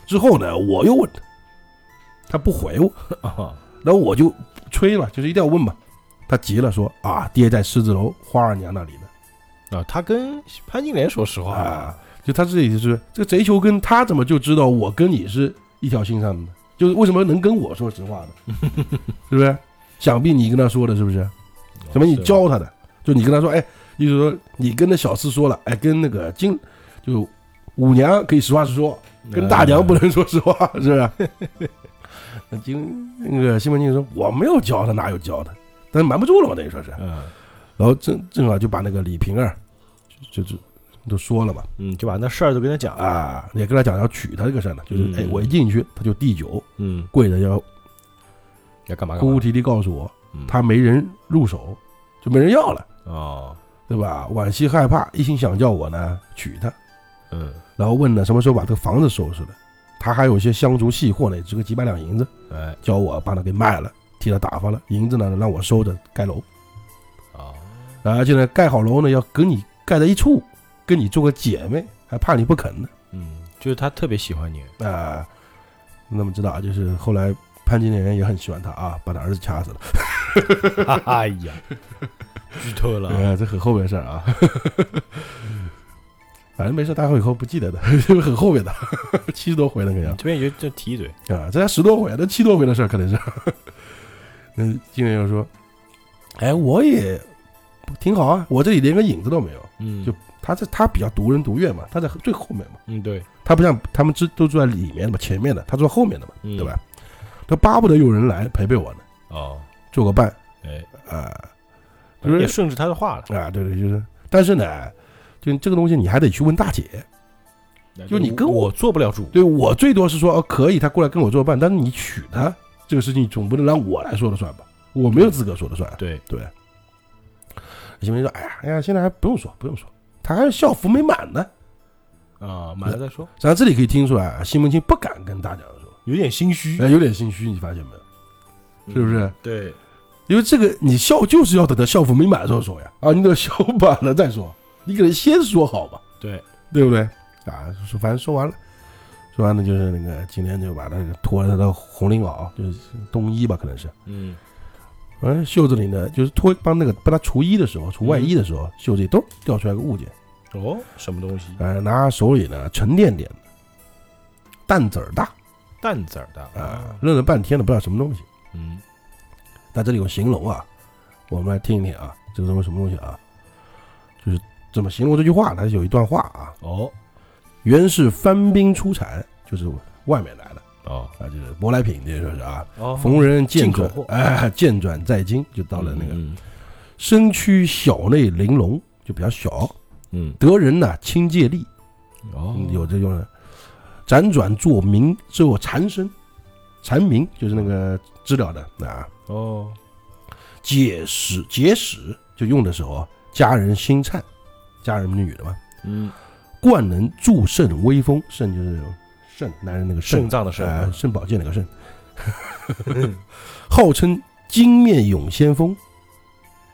[SPEAKER 2] 之后呢，我又问他，他不回我，
[SPEAKER 1] 哦，
[SPEAKER 2] 然后我就催嘛，就是一定要问嘛。他急了，说啊，爹在狮子楼花二娘那里呢。
[SPEAKER 1] 啊，他跟潘金莲说实话，哦
[SPEAKER 2] 啊，就他这里就是这个贼球根，他怎么就知道我跟你是一条心上的呢？就是为什么能跟我说实话呢？ *laughs* 是不是？想必你跟他说的，是不是？什么你
[SPEAKER 1] 是吧啊
[SPEAKER 2] 教他的？就你跟他说，哎，意思说你跟那小四说了，哎，跟那个金，就五娘可以实话实说，
[SPEAKER 1] 嗯
[SPEAKER 2] 跟大娘不能说实话，是不
[SPEAKER 1] *laughs*
[SPEAKER 2] 是？那金那个西门庆说我没有教他，哪有教他？但是瞒不住了嘛，等于说是。
[SPEAKER 1] 嗯
[SPEAKER 2] 然后正正好就把那个李瓶儿，就就就都说了嘛。
[SPEAKER 1] 嗯，就把那事儿都跟他讲了，
[SPEAKER 2] 啊，也跟他讲要娶她这个事儿呢，就是
[SPEAKER 1] 嗯
[SPEAKER 2] 哎，我一进去他就递酒，
[SPEAKER 1] 嗯，
[SPEAKER 2] 跪着要
[SPEAKER 1] 要干嘛干
[SPEAKER 2] 哭哭
[SPEAKER 1] 嘛，
[SPEAKER 2] 啼啼告诉我
[SPEAKER 1] 嗯
[SPEAKER 2] 他没人入手，就没人要了，
[SPEAKER 1] 哦，
[SPEAKER 2] 对吧？惋惜害怕，一心想叫我呢娶她，
[SPEAKER 1] 嗯
[SPEAKER 2] 然后问呢什么时候把这个房子收拾了，他还有一些香烛细货呢，值个几百两银子，
[SPEAKER 1] 哎
[SPEAKER 2] 叫我把它给卖了，替他打发了，银子呢让我收着盖楼，
[SPEAKER 1] 哦，
[SPEAKER 2] 而且呢盖好楼呢要跟你盖在一处，跟你做个姐妹，还怕你不肯呢。
[SPEAKER 1] 嗯，就是他特别喜欢你，
[SPEAKER 2] 那、那么知道啊，就是后来潘金莲也很喜欢他啊，把他儿子掐死了。
[SPEAKER 1] *laughs* 哎呀，剧透了啊，
[SPEAKER 2] 呃，这很后面的事儿啊。 *laughs* 反正没事，大家以后不记得的， *laughs* 因为很后面的，七十多回那个样
[SPEAKER 1] 这边也就就提一嘴，
[SPEAKER 2] 子啊，这才十多回，那七多回的事儿可能是。 *laughs* 那金莲就说：“哎，我也挺好啊，我这里连个影子都没有。
[SPEAKER 1] 嗯，
[SPEAKER 2] 就他这他比较独人独院嘛，他在最后面嘛，
[SPEAKER 1] 嗯对，
[SPEAKER 2] 他不像他们之都住在里面的嘛，前面的，他住在后面的嘛，
[SPEAKER 1] 嗯
[SPEAKER 2] 对吧？他巴不得有人来陪陪我呢。”
[SPEAKER 1] 哦，
[SPEAKER 2] 做个伴
[SPEAKER 1] 哎，
[SPEAKER 2] 啊，就
[SPEAKER 1] 也
[SPEAKER 2] 是
[SPEAKER 1] 顺着他的话了，
[SPEAKER 2] 啊，对对，就是，但是呢，就这个东西你还得去问大姐。就你跟我
[SPEAKER 1] 我坐不了主，
[SPEAKER 2] 对我最多是说哦可以，她过来跟我做伴，但是你娶她这个事情总不能让我来说了算吧？我没有资格说了算啊，
[SPEAKER 1] 对，
[SPEAKER 2] 对不对？行不行？说哎呀哎呀，现在还不用说，不用说，她还有校服没满呢。
[SPEAKER 1] 啊，买了再说，
[SPEAKER 2] 咱这里可以听出来啊，西门庆不敢跟大家说，
[SPEAKER 1] 有点心虚，
[SPEAKER 2] 哎，有点心虚，你发现没有？是不
[SPEAKER 1] 嗯？
[SPEAKER 2] 是？
[SPEAKER 1] 对，
[SPEAKER 2] 因为这个你校就是要等到校服没满的时 *laughs* 候说呀，啊，你等校满了再说，你给人先说好吧。
[SPEAKER 1] 对，
[SPEAKER 2] 对不对？啊，说反正说完了，说完了就是那个金莲就把那个脱了他的红绫袄，就是冬衣吧，可能是，
[SPEAKER 1] 嗯，
[SPEAKER 2] 反正袖子里呢，就是脱帮那个帮他除衣的时候，除外衣的时候，袖子里都掉出来个物件，
[SPEAKER 1] 哦，什么东西？
[SPEAKER 2] 呃，拿手里呢沉甸甸的，淡子儿大
[SPEAKER 1] 蛋子儿的
[SPEAKER 2] 啊，，愣了半天了，不知道什么东西。
[SPEAKER 1] 嗯，
[SPEAKER 2] 但这里有形容啊，我们来听一听啊，这个东西什么东西啊？就是怎么形容这句话呢？它有一段话啊，
[SPEAKER 1] 哦
[SPEAKER 2] 原是番兵出产，就是外面来的。
[SPEAKER 1] 哦
[SPEAKER 2] 啊，就是舶来品，这就是啊，
[SPEAKER 1] 哦，
[SPEAKER 2] 逢人见转
[SPEAKER 1] 进口货，
[SPEAKER 2] 哎，见转在京，就到了那个
[SPEAKER 1] 嗯
[SPEAKER 2] 身躯小内玲珑，就比较小，
[SPEAKER 1] 嗯，
[SPEAKER 2] 得人呐亲介力，
[SPEAKER 1] 嗯哦
[SPEAKER 2] 嗯有这种人，辗转做民做禅身，禅民就是那个知了的啊，
[SPEAKER 1] 哦，
[SPEAKER 2] 解使解使就用的时候啊，家人心颤，家人女的嘛，
[SPEAKER 1] 嗯，
[SPEAKER 2] 冠能助胜威风，胜就是胜男人那个胜
[SPEAKER 1] 肾脏的肾，嗯
[SPEAKER 2] 呃，肾宝剑那个肾， *laughs* 号称金面勇先锋，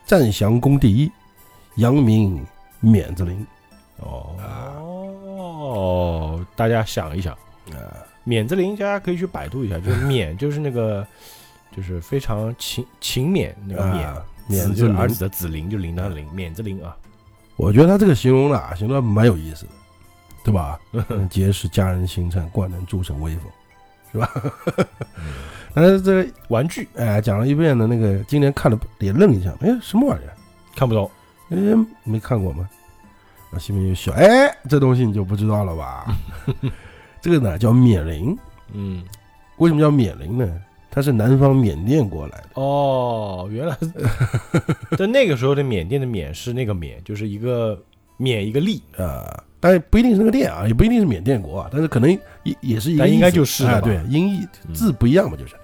[SPEAKER 2] 战降宫第一，扬名免子陵。
[SPEAKER 1] 哦哦，大家想一想，
[SPEAKER 2] 啊，
[SPEAKER 1] 免字林，大家可以去百度一下， *laughs* 就是免，就是那个，就是非常勤勤勉那个勉
[SPEAKER 2] 啊，
[SPEAKER 1] 子
[SPEAKER 2] 免
[SPEAKER 1] 就
[SPEAKER 2] 子
[SPEAKER 1] 是儿
[SPEAKER 2] 陵。
[SPEAKER 1] 子的子林，就铃铛的铃，免字林啊，
[SPEAKER 2] 我觉得他这个形容的啊，形容的蛮有意思的，
[SPEAKER 1] *laughs*
[SPEAKER 2] 对吧？结识佳人心善，冠能助胜威风，是吧？
[SPEAKER 1] 嗯
[SPEAKER 2] *laughs* 但是这个
[SPEAKER 1] 玩具
[SPEAKER 2] 哎，讲了一遍的那个，今年看了也愣一下，哎，什么玩意儿？
[SPEAKER 1] 看不懂，
[SPEAKER 2] 哎，没看过吗？啊，西门庆笑，
[SPEAKER 1] *laughs*
[SPEAKER 2] 哎，这东西你就不知道了吧？这个呢叫冕楯，
[SPEAKER 1] 嗯，
[SPEAKER 2] 为什么叫缅陵呢？它是南方缅甸过来的，
[SPEAKER 1] 哦，原 *laughs* 来是，但那个时候的缅甸的缅是那个缅，就是一个缅一个利，
[SPEAKER 2] 啊，但也不一定是个店啊，也不一定是缅甸国啊，但是可能也也是一个
[SPEAKER 1] 但
[SPEAKER 2] 意思，
[SPEAKER 1] 应该就是
[SPEAKER 2] 啊，
[SPEAKER 1] 了吧嗯
[SPEAKER 2] 对，音译字不一样嘛，就是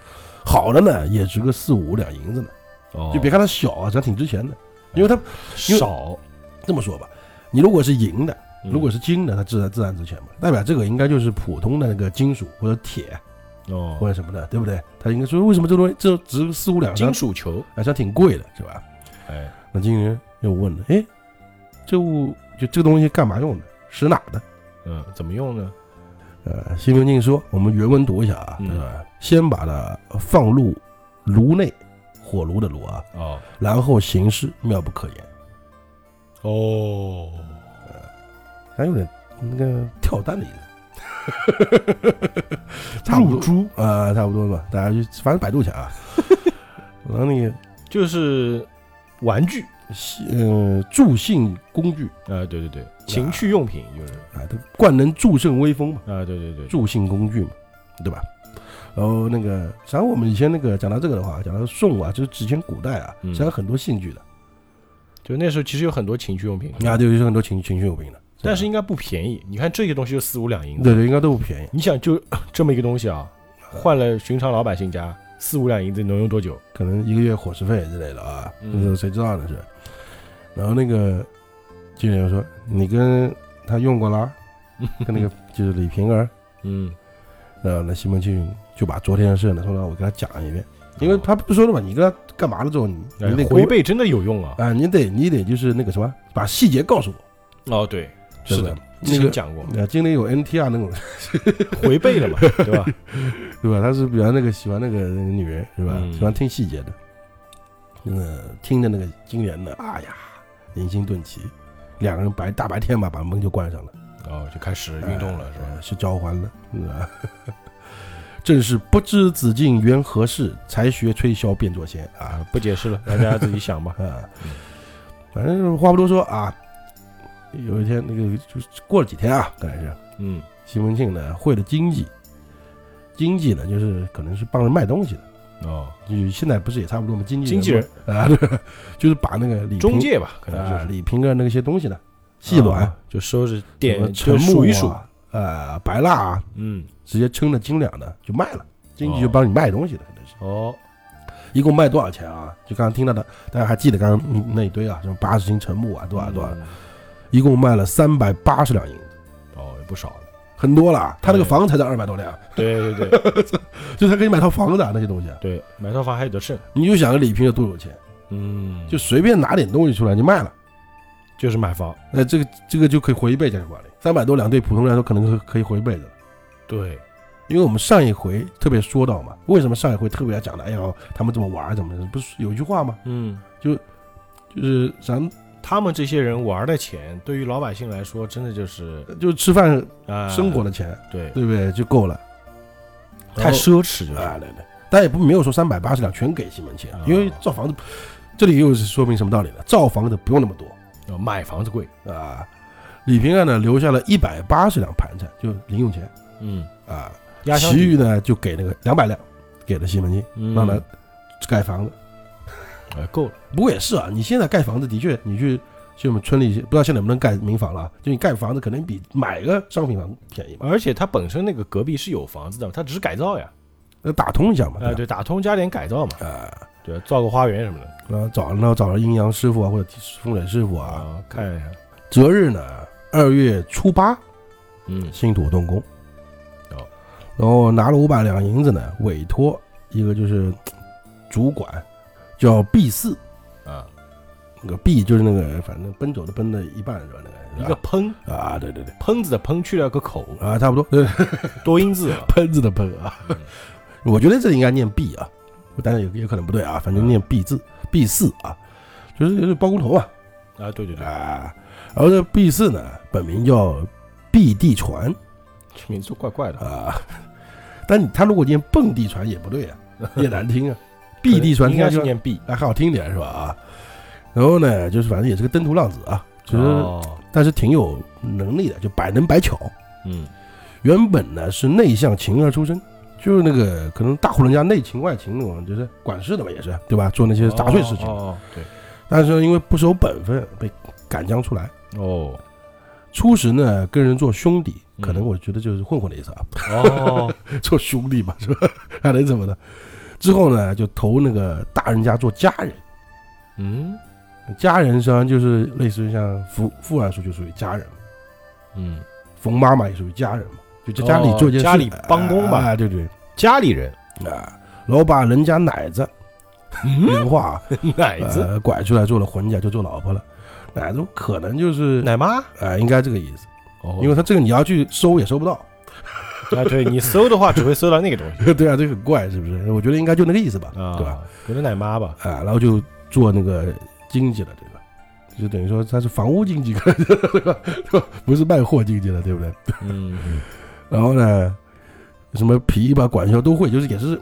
[SPEAKER 2] 好的呢，也值个四五两银子呢，
[SPEAKER 1] 哦，
[SPEAKER 2] 就别看它小啊，咱挺值钱的，因为它因为
[SPEAKER 1] 少，
[SPEAKER 2] 这么说吧，你如果是银的，
[SPEAKER 1] 嗯
[SPEAKER 2] 如果是金的，它自然自然值钱嘛，代表这个应该就是普通的那个金属或者铁或
[SPEAKER 1] 哦，
[SPEAKER 2] 者什么的，对不对？它应该说为什么这东西这值四五两
[SPEAKER 1] 金
[SPEAKER 2] 像
[SPEAKER 1] 属球，
[SPEAKER 2] 好像挺贵的，是吧？
[SPEAKER 1] 哎，
[SPEAKER 2] 那经纪人又问了，哎，这物就这个东西干嘛用的？使哪的？
[SPEAKER 1] 嗯，怎么用呢？
[SPEAKER 2] 呃，西门庆说，我们原文读一下啊，
[SPEAKER 1] 嗯
[SPEAKER 2] 对吧？先把它放入炉内，火炉的炉啊，
[SPEAKER 1] 哦，
[SPEAKER 2] 然后行事妙不可言，
[SPEAKER 1] 哦，
[SPEAKER 2] 还有点那个跳蛋的意思，差不
[SPEAKER 1] 入
[SPEAKER 2] 多
[SPEAKER 1] 珠
[SPEAKER 2] 呃，差不多吧，大家就反正百度一下
[SPEAKER 1] *laughs*
[SPEAKER 2] 啊。然后那个
[SPEAKER 1] 就是玩具，
[SPEAKER 2] 呃助兴工具
[SPEAKER 1] 啊，对对对，情趣用品就是，
[SPEAKER 2] 啊，它冠能助胜威风嘛，
[SPEAKER 1] 啊，对对对，
[SPEAKER 2] 助兴工具嘛，对吧？然后那个，实际上我们以前那个讲到这个的话，讲到宋啊，就是之前古代啊，实
[SPEAKER 1] 嗯
[SPEAKER 2] 际上很多兴趣的。
[SPEAKER 1] 就那时候其实有很多情趣用品，
[SPEAKER 2] 啊，对，就是很多情情绪有病的，
[SPEAKER 1] 但是
[SPEAKER 2] 吧
[SPEAKER 1] 应该不便宜，你看这些东西就四五两银子，
[SPEAKER 2] 对对，应该都不便宜。
[SPEAKER 1] 你想就这么一个东西啊，换了寻常老百姓家四五两银子能用多久？
[SPEAKER 2] 可能一个月伙食费之类的啊，
[SPEAKER 1] 嗯
[SPEAKER 2] 那时候谁知道呢是？然后那个经理人说：“你跟他用过啦，
[SPEAKER 1] *laughs*
[SPEAKER 2] 跟那个就是李瓶儿。
[SPEAKER 1] 嗯，”
[SPEAKER 2] 然后那西门庆就把昨天的事呢，说让我给他讲一遍，因为他不说了嘛，你跟他干嘛了之后，你
[SPEAKER 1] 哦哎
[SPEAKER 2] 你得
[SPEAKER 1] 回背真的有用啊！
[SPEAKER 2] 啊，你得你得就是那个什么，把细节告诉我。
[SPEAKER 1] 哦，对，
[SPEAKER 2] 对
[SPEAKER 1] 是
[SPEAKER 2] 不
[SPEAKER 1] 的
[SPEAKER 2] 对，
[SPEAKER 1] 之
[SPEAKER 2] 那
[SPEAKER 1] 前
[SPEAKER 2] 个
[SPEAKER 1] 讲 *laughs* 过，
[SPEAKER 2] 呃，经理有 NTR 那种， *laughs*
[SPEAKER 1] 回背了嘛，对吧？
[SPEAKER 2] 对吧？他是比较那个喜欢那个那个女人，是吧？
[SPEAKER 1] 嗯
[SPEAKER 2] 喜欢听细节的。那个听着那个经人呢，哎呀，迎心顿起，两个人白大白天嘛，把门就关上了，
[SPEAKER 1] *laughs* 哦，就开始运动了，是吧？
[SPEAKER 2] 呃是交欢了，是吧？ *laughs* 正是不知子敬缘何事，才学吹箫变作仙啊。
[SPEAKER 1] 啊，不解释了，大家自己想吧
[SPEAKER 2] 啊！反正话不多说啊，有一天那个就是过了几天啊，当然是
[SPEAKER 1] *laughs* 嗯，
[SPEAKER 2] 西门庆呢会了经济，经济呢就是可能是帮人卖东西的。
[SPEAKER 1] 哦，
[SPEAKER 2] 就是现在不是也差不多吗？经纪
[SPEAKER 1] 经纪人
[SPEAKER 2] 嘛啊， *laughs* 对，就是把那个李
[SPEAKER 1] 中
[SPEAKER 2] 平
[SPEAKER 1] 介吧，可能就
[SPEAKER 2] 啊
[SPEAKER 1] 是
[SPEAKER 2] 李平的那些东西呢，细软、
[SPEAKER 1] 啊就收拾
[SPEAKER 2] 什么
[SPEAKER 1] 点，
[SPEAKER 2] 陈
[SPEAKER 1] 就
[SPEAKER 2] 木
[SPEAKER 1] 数一数。
[SPEAKER 2] 啊，呃，白蜡啊，
[SPEAKER 1] 嗯，
[SPEAKER 2] 直接称了斤两的就卖了。经纪
[SPEAKER 1] 哦
[SPEAKER 2] 就帮你卖东西的，可能是
[SPEAKER 1] 哦，
[SPEAKER 2] 一共卖多少钱啊？就刚刚听到的，大家还记得刚刚嗯那一堆啊，什么八十斤陈木啊，多少多少，
[SPEAKER 1] 嗯？
[SPEAKER 2] 一共卖了三百八十两银子，
[SPEAKER 1] 哦，也不少了。
[SPEAKER 2] 很多了啊。他那个
[SPEAKER 1] 对
[SPEAKER 2] 房子才才二百多两，
[SPEAKER 1] 对对 *laughs* 对
[SPEAKER 2] 就他可以买套房子啊，那些东西啊。
[SPEAKER 1] 对，买套房还有得剩。
[SPEAKER 2] 你就想个李平有多有钱，
[SPEAKER 1] 嗯，
[SPEAKER 2] 就随便拿点东西出来就卖了。
[SPEAKER 1] 就是买房。
[SPEAKER 2] 那这个这个就可以活一辈子价值管理，三百多两对普通人来说可能可可以活一辈子了，
[SPEAKER 1] 对，
[SPEAKER 2] 因为我们上一回特别说到嘛，为什么上一回特别要讲的，哎呦，他们怎么玩儿怎么的，不是有一句话吗？
[SPEAKER 1] 嗯，
[SPEAKER 2] 就是咱
[SPEAKER 1] 他们这些人玩的钱，对于老百姓来说，真的就是
[SPEAKER 2] 就是吃饭
[SPEAKER 1] 啊，
[SPEAKER 2] 生活的钱，
[SPEAKER 1] 对，
[SPEAKER 2] 对不对？就够了，
[SPEAKER 1] 太奢侈就是
[SPEAKER 2] 啊，对对，但也不没有说三百八十两全给西门庆啊
[SPEAKER 1] 啊，
[SPEAKER 2] 因为造房子，这里又是说明什么道理呢？造房子不用那么多
[SPEAKER 1] 哦买房子贵。
[SPEAKER 2] 啊，李平安呢留下了一百八十两盘缠，就零用钱
[SPEAKER 1] 嗯，
[SPEAKER 2] 啊，
[SPEAKER 1] 压箱
[SPEAKER 2] 其
[SPEAKER 1] 底
[SPEAKER 2] 余呢就给那个两百两，给了西门庆，
[SPEAKER 1] 嗯
[SPEAKER 2] 让他盖房子。
[SPEAKER 1] 哎够了。
[SPEAKER 2] 不过也是啊，你现在盖房子的确，你去去我们村里，不知道现在能不能盖民房了啊，就你盖房子肯定比买个商品房便宜嘛，
[SPEAKER 1] 而且他本身那个隔壁是有房子的，他只是改造呀，
[SPEAKER 2] 那打通一下嘛，
[SPEAKER 1] 哎，
[SPEAKER 2] 对
[SPEAKER 1] 对，打通加点改造嘛，
[SPEAKER 2] 吧？啊，
[SPEAKER 1] 对，造个花园什么的
[SPEAKER 2] 然后找然后找了阴阳师傅啊，或者风水师傅啊。
[SPEAKER 1] 啊，看一下，
[SPEAKER 2] 择日呢，二月初八，
[SPEAKER 1] 嗯，
[SPEAKER 2] 新土动工。
[SPEAKER 1] 哦，
[SPEAKER 2] 然后拿了五百两银子呢，委托一个就是主管叫毕四，
[SPEAKER 1] 啊，
[SPEAKER 2] 那个毕就是那个反正奔走的奔的一半是吧？那
[SPEAKER 1] 一
[SPEAKER 2] 个
[SPEAKER 1] 个喷
[SPEAKER 2] 是吧啊，对对对，
[SPEAKER 1] 喷子的喷去了个口，
[SPEAKER 2] 啊，差不多，对 *laughs*
[SPEAKER 1] 多音字啊
[SPEAKER 2] 喷子的喷啊。 *laughs* 我觉得这里应该念 B 啊，但是也有可能不对啊，反正念 B 字 B 四啊，就是就是包工头啊
[SPEAKER 1] 啊，对对对，
[SPEAKER 2] 啊。然后这 B 四呢，本名叫毕地传
[SPEAKER 1] 这名字怪怪的，
[SPEAKER 2] 啊，但你他如果念蹦地传也不对啊，也难听啊。毕地传
[SPEAKER 1] 应
[SPEAKER 2] 听
[SPEAKER 1] 该
[SPEAKER 2] 上去
[SPEAKER 1] 是念 B，
[SPEAKER 2] 还好听点是吧？啊，然后呢，就是反正也是个登徒浪子啊，就是、
[SPEAKER 1] 哦，
[SPEAKER 2] 但是挺有能力的，就百能百巧。
[SPEAKER 1] 嗯，
[SPEAKER 2] 原本呢是内向琴儿出身，就是那个可能大户人家内勤外勤那种，就是管事的嘛，也是对吧？做那些杂碎事情，
[SPEAKER 1] 哦，哦
[SPEAKER 2] 但是因为不守本分被赶将出来。
[SPEAKER 1] 对，哦，
[SPEAKER 2] 初时呢，跟人做兄弟，可能
[SPEAKER 1] 嗯
[SPEAKER 2] 我觉得就是混混的意思啊，
[SPEAKER 1] 哦，
[SPEAKER 2] 做兄弟嘛，是吧？还能怎么的？ *laughs* 之后呢，就投那个大人家做家人，
[SPEAKER 1] 嗯
[SPEAKER 2] 家人实际上就是类似于像傅傅二叔就属于家人嘛，
[SPEAKER 1] 嗯，
[SPEAKER 2] 冯妈妈也属于家人嘛，就在家里做一件事、
[SPEAKER 1] 哦家里帮工吧
[SPEAKER 2] 啊，对对
[SPEAKER 1] 家里人， *laughs*
[SPEAKER 2] 啊，然后把人家奶子，人话啊
[SPEAKER 1] 嗯奶子，
[SPEAKER 2] 呃拐出来做了婚嫁，就做老婆了。奶子可能就是
[SPEAKER 1] 奶妈，
[SPEAKER 2] 啊、应该这个意思，
[SPEAKER 1] 哦
[SPEAKER 2] 因为他这个你要去搜也搜不到， *laughs*
[SPEAKER 1] 啊，对你搜的话只会搜到那个东西
[SPEAKER 2] 对啊，这个很怪是不是？我觉得应该就那个意思吧，
[SPEAKER 1] 啊，
[SPEAKER 2] 对吧？？
[SPEAKER 1] 可能奶妈吧，
[SPEAKER 2] 啊，然后就做那个经济了，这个就等于说他是房屋经济， *laughs* 对吧？对吧不是卖货经济了，对不对？
[SPEAKER 1] 嗯，
[SPEAKER 2] 然后呢，什么琵琶、管箫都会，就是也是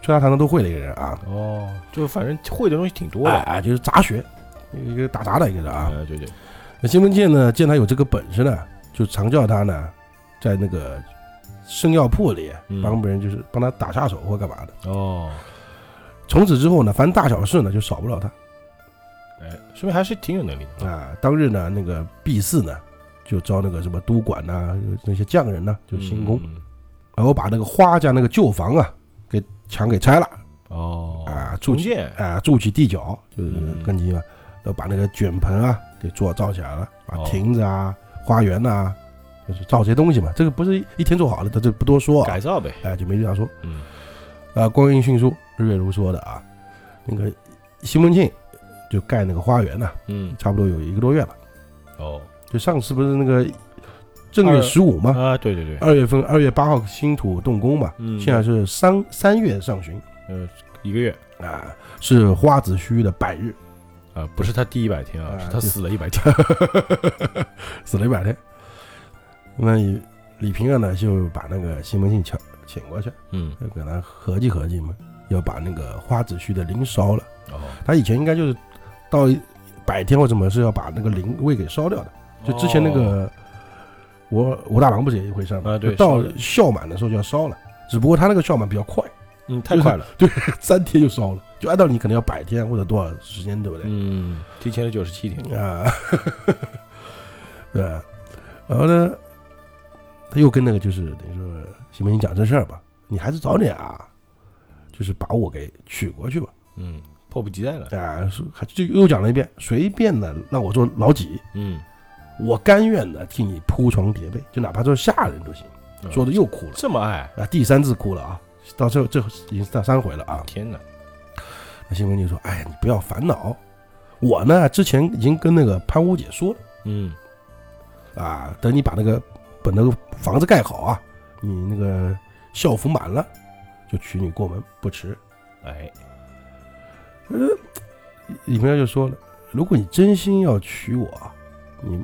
[SPEAKER 2] 吹拉弹唱都会的一个人啊，
[SPEAKER 1] 哦，就反正会的东西挺多
[SPEAKER 2] 哎
[SPEAKER 1] 的，
[SPEAKER 2] 哎，就是杂学，一个打杂的一个人啊。
[SPEAKER 1] 啊，对对，
[SPEAKER 2] 那西门庆呢，见他有这个本事呢，就常叫他呢，在那个生药铺里
[SPEAKER 1] 嗯
[SPEAKER 2] 帮别人，就是帮他打下手或干嘛的。
[SPEAKER 1] 哦，
[SPEAKER 2] 从此之后呢，凡大小事呢，就少不了他
[SPEAKER 1] 哎，说明还是挺有能力的啊，
[SPEAKER 2] 啊。当日呢，那个毕四呢，就招那个什么都管呐、那些匠人呐、就新工，
[SPEAKER 1] 嗯
[SPEAKER 2] 然后把那个花家那个旧房啊，给墙给拆了
[SPEAKER 1] 哦
[SPEAKER 2] 啊，住
[SPEAKER 1] 重
[SPEAKER 2] 起
[SPEAKER 1] 建，
[SPEAKER 2] 啊，筑起地角，就是
[SPEAKER 1] 嗯
[SPEAKER 2] 根基嘛，然后把那个卷棚啊给做造起来了，把
[SPEAKER 1] 哦
[SPEAKER 2] 亭子啊、花园呐、就是造这些东西嘛。这个不是一天做好了，这这不多说、啊，
[SPEAKER 1] 改造呗，
[SPEAKER 2] 哎，就没啥说。
[SPEAKER 1] 嗯，
[SPEAKER 2] 啊，光阴迅速，日月如梭的啊，那个西门庆就盖那个花园呐、
[SPEAKER 1] 嗯，
[SPEAKER 2] 差不多有一个多月了。
[SPEAKER 1] 哦，
[SPEAKER 2] 就上次不是那个正月
[SPEAKER 1] 二
[SPEAKER 2] 十五嘛，
[SPEAKER 1] 啊，对对对，
[SPEAKER 2] 二月份二月八号新土动工嘛，
[SPEAKER 1] 嗯，
[SPEAKER 2] 现在是三三月上旬
[SPEAKER 1] 呃一个月
[SPEAKER 2] 啊，是花子虚的百日。
[SPEAKER 1] 啊，不是他第一百天啊，
[SPEAKER 2] 啊
[SPEAKER 1] 是他死了一百天，
[SPEAKER 2] 死了一百天。那李李平安呢，就把那个西门庆请请过去，
[SPEAKER 1] 嗯，
[SPEAKER 2] 就给他合计合计嘛，要把那个花子虚的灵烧了。
[SPEAKER 1] 哦，
[SPEAKER 2] 他以前应该就是到百天或什么是要把那个灵位给烧掉的，就之前那
[SPEAKER 1] 哦
[SPEAKER 2] 个嗯我武大郎不是也一回事儿吗？
[SPEAKER 1] 啊对
[SPEAKER 2] 就到
[SPEAKER 1] 烧的
[SPEAKER 2] 孝满的时候就要烧了，只不过他那个孝满比较快，
[SPEAKER 1] 嗯，太快了，
[SPEAKER 2] 三天就烧了，就按道理你可能要百天或者多少时间，对不对？
[SPEAKER 1] 嗯，提前了九十七天，
[SPEAKER 2] 啊， *laughs* 对，啊然后呢，他又跟那个就是等于说西门庆讲这事儿吧，你还是早点啊，就是把我给娶过去吧，
[SPEAKER 1] 嗯，迫不及待了，
[SPEAKER 2] 啊，是还就又讲了一遍，随便的让我做老几，
[SPEAKER 1] 嗯，
[SPEAKER 2] 我甘愿的替你铺床叠被，就哪怕做下人都行。
[SPEAKER 1] 嗯
[SPEAKER 2] 说的又哭了
[SPEAKER 1] 这么爱，
[SPEAKER 2] 啊，第三次哭了啊，到这这已经到三回了啊。
[SPEAKER 1] 天哪，
[SPEAKER 2] 那西门庆说：“哎呀，你不要烦恼，我呢之前已经跟那个潘五姐说了。”
[SPEAKER 1] 嗯，
[SPEAKER 2] 啊，等你把那个把那个房子盖好啊，你那个校服满了，就娶你过门不迟。
[SPEAKER 1] 哎，
[SPEAKER 2] 李明就说了，如果你真心要娶我啊，你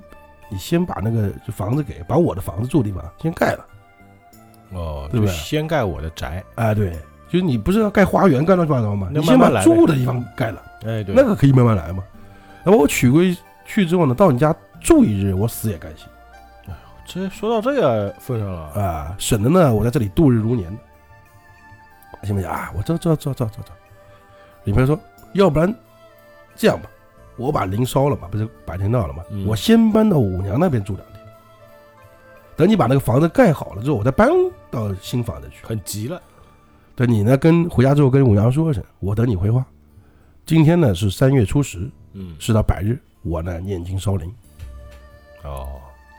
[SPEAKER 2] 你先把那个房子给把我的房子住的地方先盖了。
[SPEAKER 1] 哦，
[SPEAKER 2] 对不
[SPEAKER 1] 就
[SPEAKER 2] 对
[SPEAKER 1] 先盖我的宅，
[SPEAKER 2] 啊，对，就是你不是要盖花园盖乱七八糟吗？
[SPEAKER 1] 那
[SPEAKER 2] 你先
[SPEAKER 1] 慢慢
[SPEAKER 2] 把
[SPEAKER 1] 来呗
[SPEAKER 2] 住的地方盖了，
[SPEAKER 1] 哎，对，
[SPEAKER 2] 那个可以慢慢来嘛。那么我娶过去之后呢，到你家住一日，我死也甘心
[SPEAKER 1] 这说到这个份上了，
[SPEAKER 2] 啊，省得呢我在这里度日如年。西门庆啊，我这这这这这这，李逵说，要不然这样吧，我把灵烧了嘛，不是白天到了嘛，
[SPEAKER 1] 嗯
[SPEAKER 2] 我先搬到五娘那边住两天，等你把那个房子盖好了之后，我再搬到新房子去。
[SPEAKER 1] 很急了，
[SPEAKER 2] 等你呢跟回家之后跟五娘说一声，我等你回话。今天呢是三月初十，
[SPEAKER 1] 嗯，
[SPEAKER 2] 是到百日，我呢念经烧灵。
[SPEAKER 1] 哦，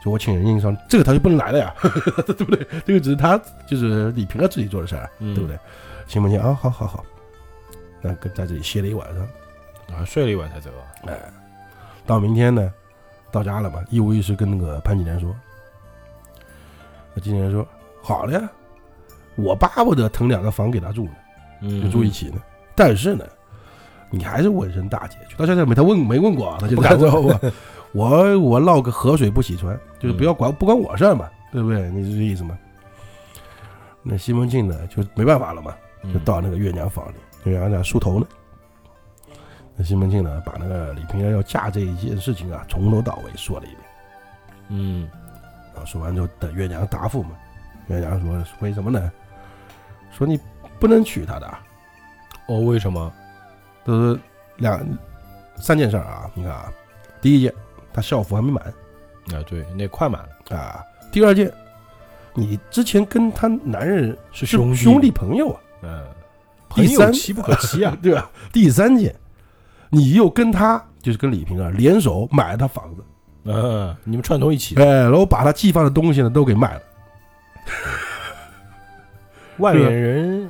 [SPEAKER 2] 就我请人印上，这个他就不能来了呀， *laughs* 对不对？这个只是他就是李平他自己做的事儿，啊
[SPEAKER 1] 嗯
[SPEAKER 2] 对不对？行不行啊？好好好，那跟在这里歇了一晚上，
[SPEAKER 1] 啊，睡了一晚才走啊，
[SPEAKER 2] 到明天呢，到家了嘛，一五一十跟那个潘金莲说，那金莲说好了呀，我巴不得腾两个房给他住呢，
[SPEAKER 1] 嗯
[SPEAKER 2] 就住一，起呢，但是呢。你还是我人大姐，就到现在没他问没问过啊，他就
[SPEAKER 1] 不敢
[SPEAKER 2] 问我， *laughs* 我我落个河水不洗船，就是
[SPEAKER 1] 嗯
[SPEAKER 2] 不要管、不管我事儿嘛，对不对？你是这意思吗？那西门庆呢，就没办法了嘛，就
[SPEAKER 1] 嗯
[SPEAKER 2] 到那个月娘房里，月娘在梳头呢。那西门庆呢，把那个李瓶儿要嫁这一件事情啊，从头到尾说了一遍。
[SPEAKER 1] 嗯，
[SPEAKER 2] 啊，说完之后等月娘答复嘛。月娘说：“为什么呢？说你不能娶她的啊，
[SPEAKER 1] 哦，为什么？
[SPEAKER 2] 都是两三件事儿啊。你看啊，第一件，她校服还没满
[SPEAKER 1] 啊，对，那快满了，
[SPEAKER 2] 啊；第二件，你之前跟她男人
[SPEAKER 1] 是
[SPEAKER 2] 是
[SPEAKER 1] 兄弟
[SPEAKER 2] 兄弟朋友啊，
[SPEAKER 1] 嗯，朋
[SPEAKER 2] 第
[SPEAKER 1] 友
[SPEAKER 2] 三，
[SPEAKER 1] 妻不可欺啊
[SPEAKER 2] *laughs* 对吧？第三件，你又跟她就是跟李平啊联手买了她房子，
[SPEAKER 1] 嗯，你们串通一起的，
[SPEAKER 2] 哎，然后把她寄放的东西呢都给卖了。
[SPEAKER 1] 外面人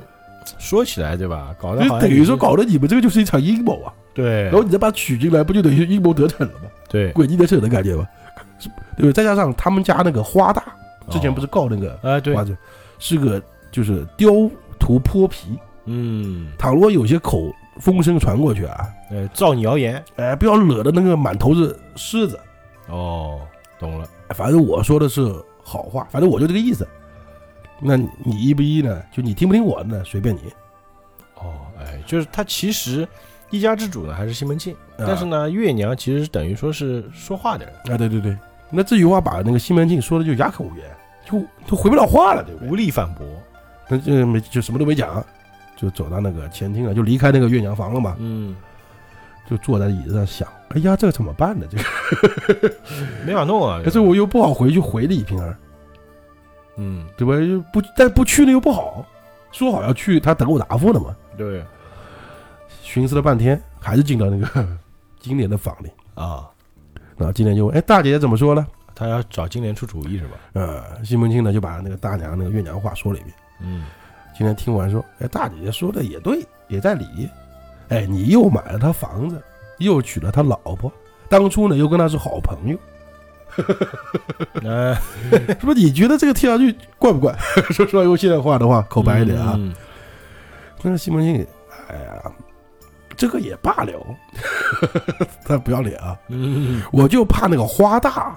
[SPEAKER 1] 说起来对吧？搞得
[SPEAKER 2] 啊就
[SPEAKER 1] 好像
[SPEAKER 2] 哎等于
[SPEAKER 1] 你
[SPEAKER 2] 说搞得你们这个就是一场阴谋啊！
[SPEAKER 1] 对
[SPEAKER 2] 然后你再把他娶进来，不就等于阴谋得逞了吗？
[SPEAKER 1] 对，
[SPEAKER 2] 诡计得逞的感觉吗？哎对不对？再加上他们家那个花大，之前不是告那个
[SPEAKER 1] 啊，对
[SPEAKER 2] 花，姐，是个就是雕图泼皮。
[SPEAKER 1] 嗯，
[SPEAKER 2] 倘若有些口风声传过去啊，
[SPEAKER 1] 呃，造谣言，
[SPEAKER 2] 哎，不要惹的那个满头是虱子。
[SPEAKER 1] 哦，懂了，
[SPEAKER 2] 哎反正我说的是好话，反正我就这个意思。那你你依不依呢？就你听不听我的呢？随便你。啊
[SPEAKER 1] 哦，哎，就是他其实一家之主呢还是西门庆，
[SPEAKER 2] 啊
[SPEAKER 1] 但是呢，月娘其实等于说是说话的人，
[SPEAKER 2] 啊，对对对，那这句话把那个西门庆说的就哑口无言，就就回不了话了，对不对？
[SPEAKER 1] 无力反驳，
[SPEAKER 2] 那就没就什么都没讲，就走到那个前厅了，啊就离开那个月娘房了嘛，
[SPEAKER 1] 嗯，
[SPEAKER 2] 就坐在椅子上想，哎呀，这个怎么办呢？这个，
[SPEAKER 1] 没法弄啊，
[SPEAKER 2] 可是我又不好回去回李瓶儿，
[SPEAKER 1] 嗯，
[SPEAKER 2] 对吧？又不但不去呢又不好，说好要去，他等我答复呢嘛。
[SPEAKER 1] 对
[SPEAKER 2] 寻思了半天，还是进到那个 *laughs* 金莲的房里，
[SPEAKER 1] 啊，
[SPEAKER 2] 然后金莲就问，哎，大姐姐怎么说呢？
[SPEAKER 1] 他要找金莲出主意是吧？
[SPEAKER 2] 呃，西门庆呢就把那个大娘那个月娘话说了一遍。
[SPEAKER 1] 嗯，
[SPEAKER 2] *laughs* 今天听完说，哎，大姐姐说的也对，也在理。哎，你又买了他房子，又娶了他老婆，当初呢又跟他是好朋友， *laughs* 哎
[SPEAKER 1] 那
[SPEAKER 2] 是不是？你觉得这个听上去怪不怪？ *laughs* 说实话，用现在话的话，口白一点啊。
[SPEAKER 1] 嗯
[SPEAKER 2] 那、西门庆，哎呀，这个也罢了，他不要脸啊！
[SPEAKER 1] 嗯，
[SPEAKER 2] 我就怕那个花大，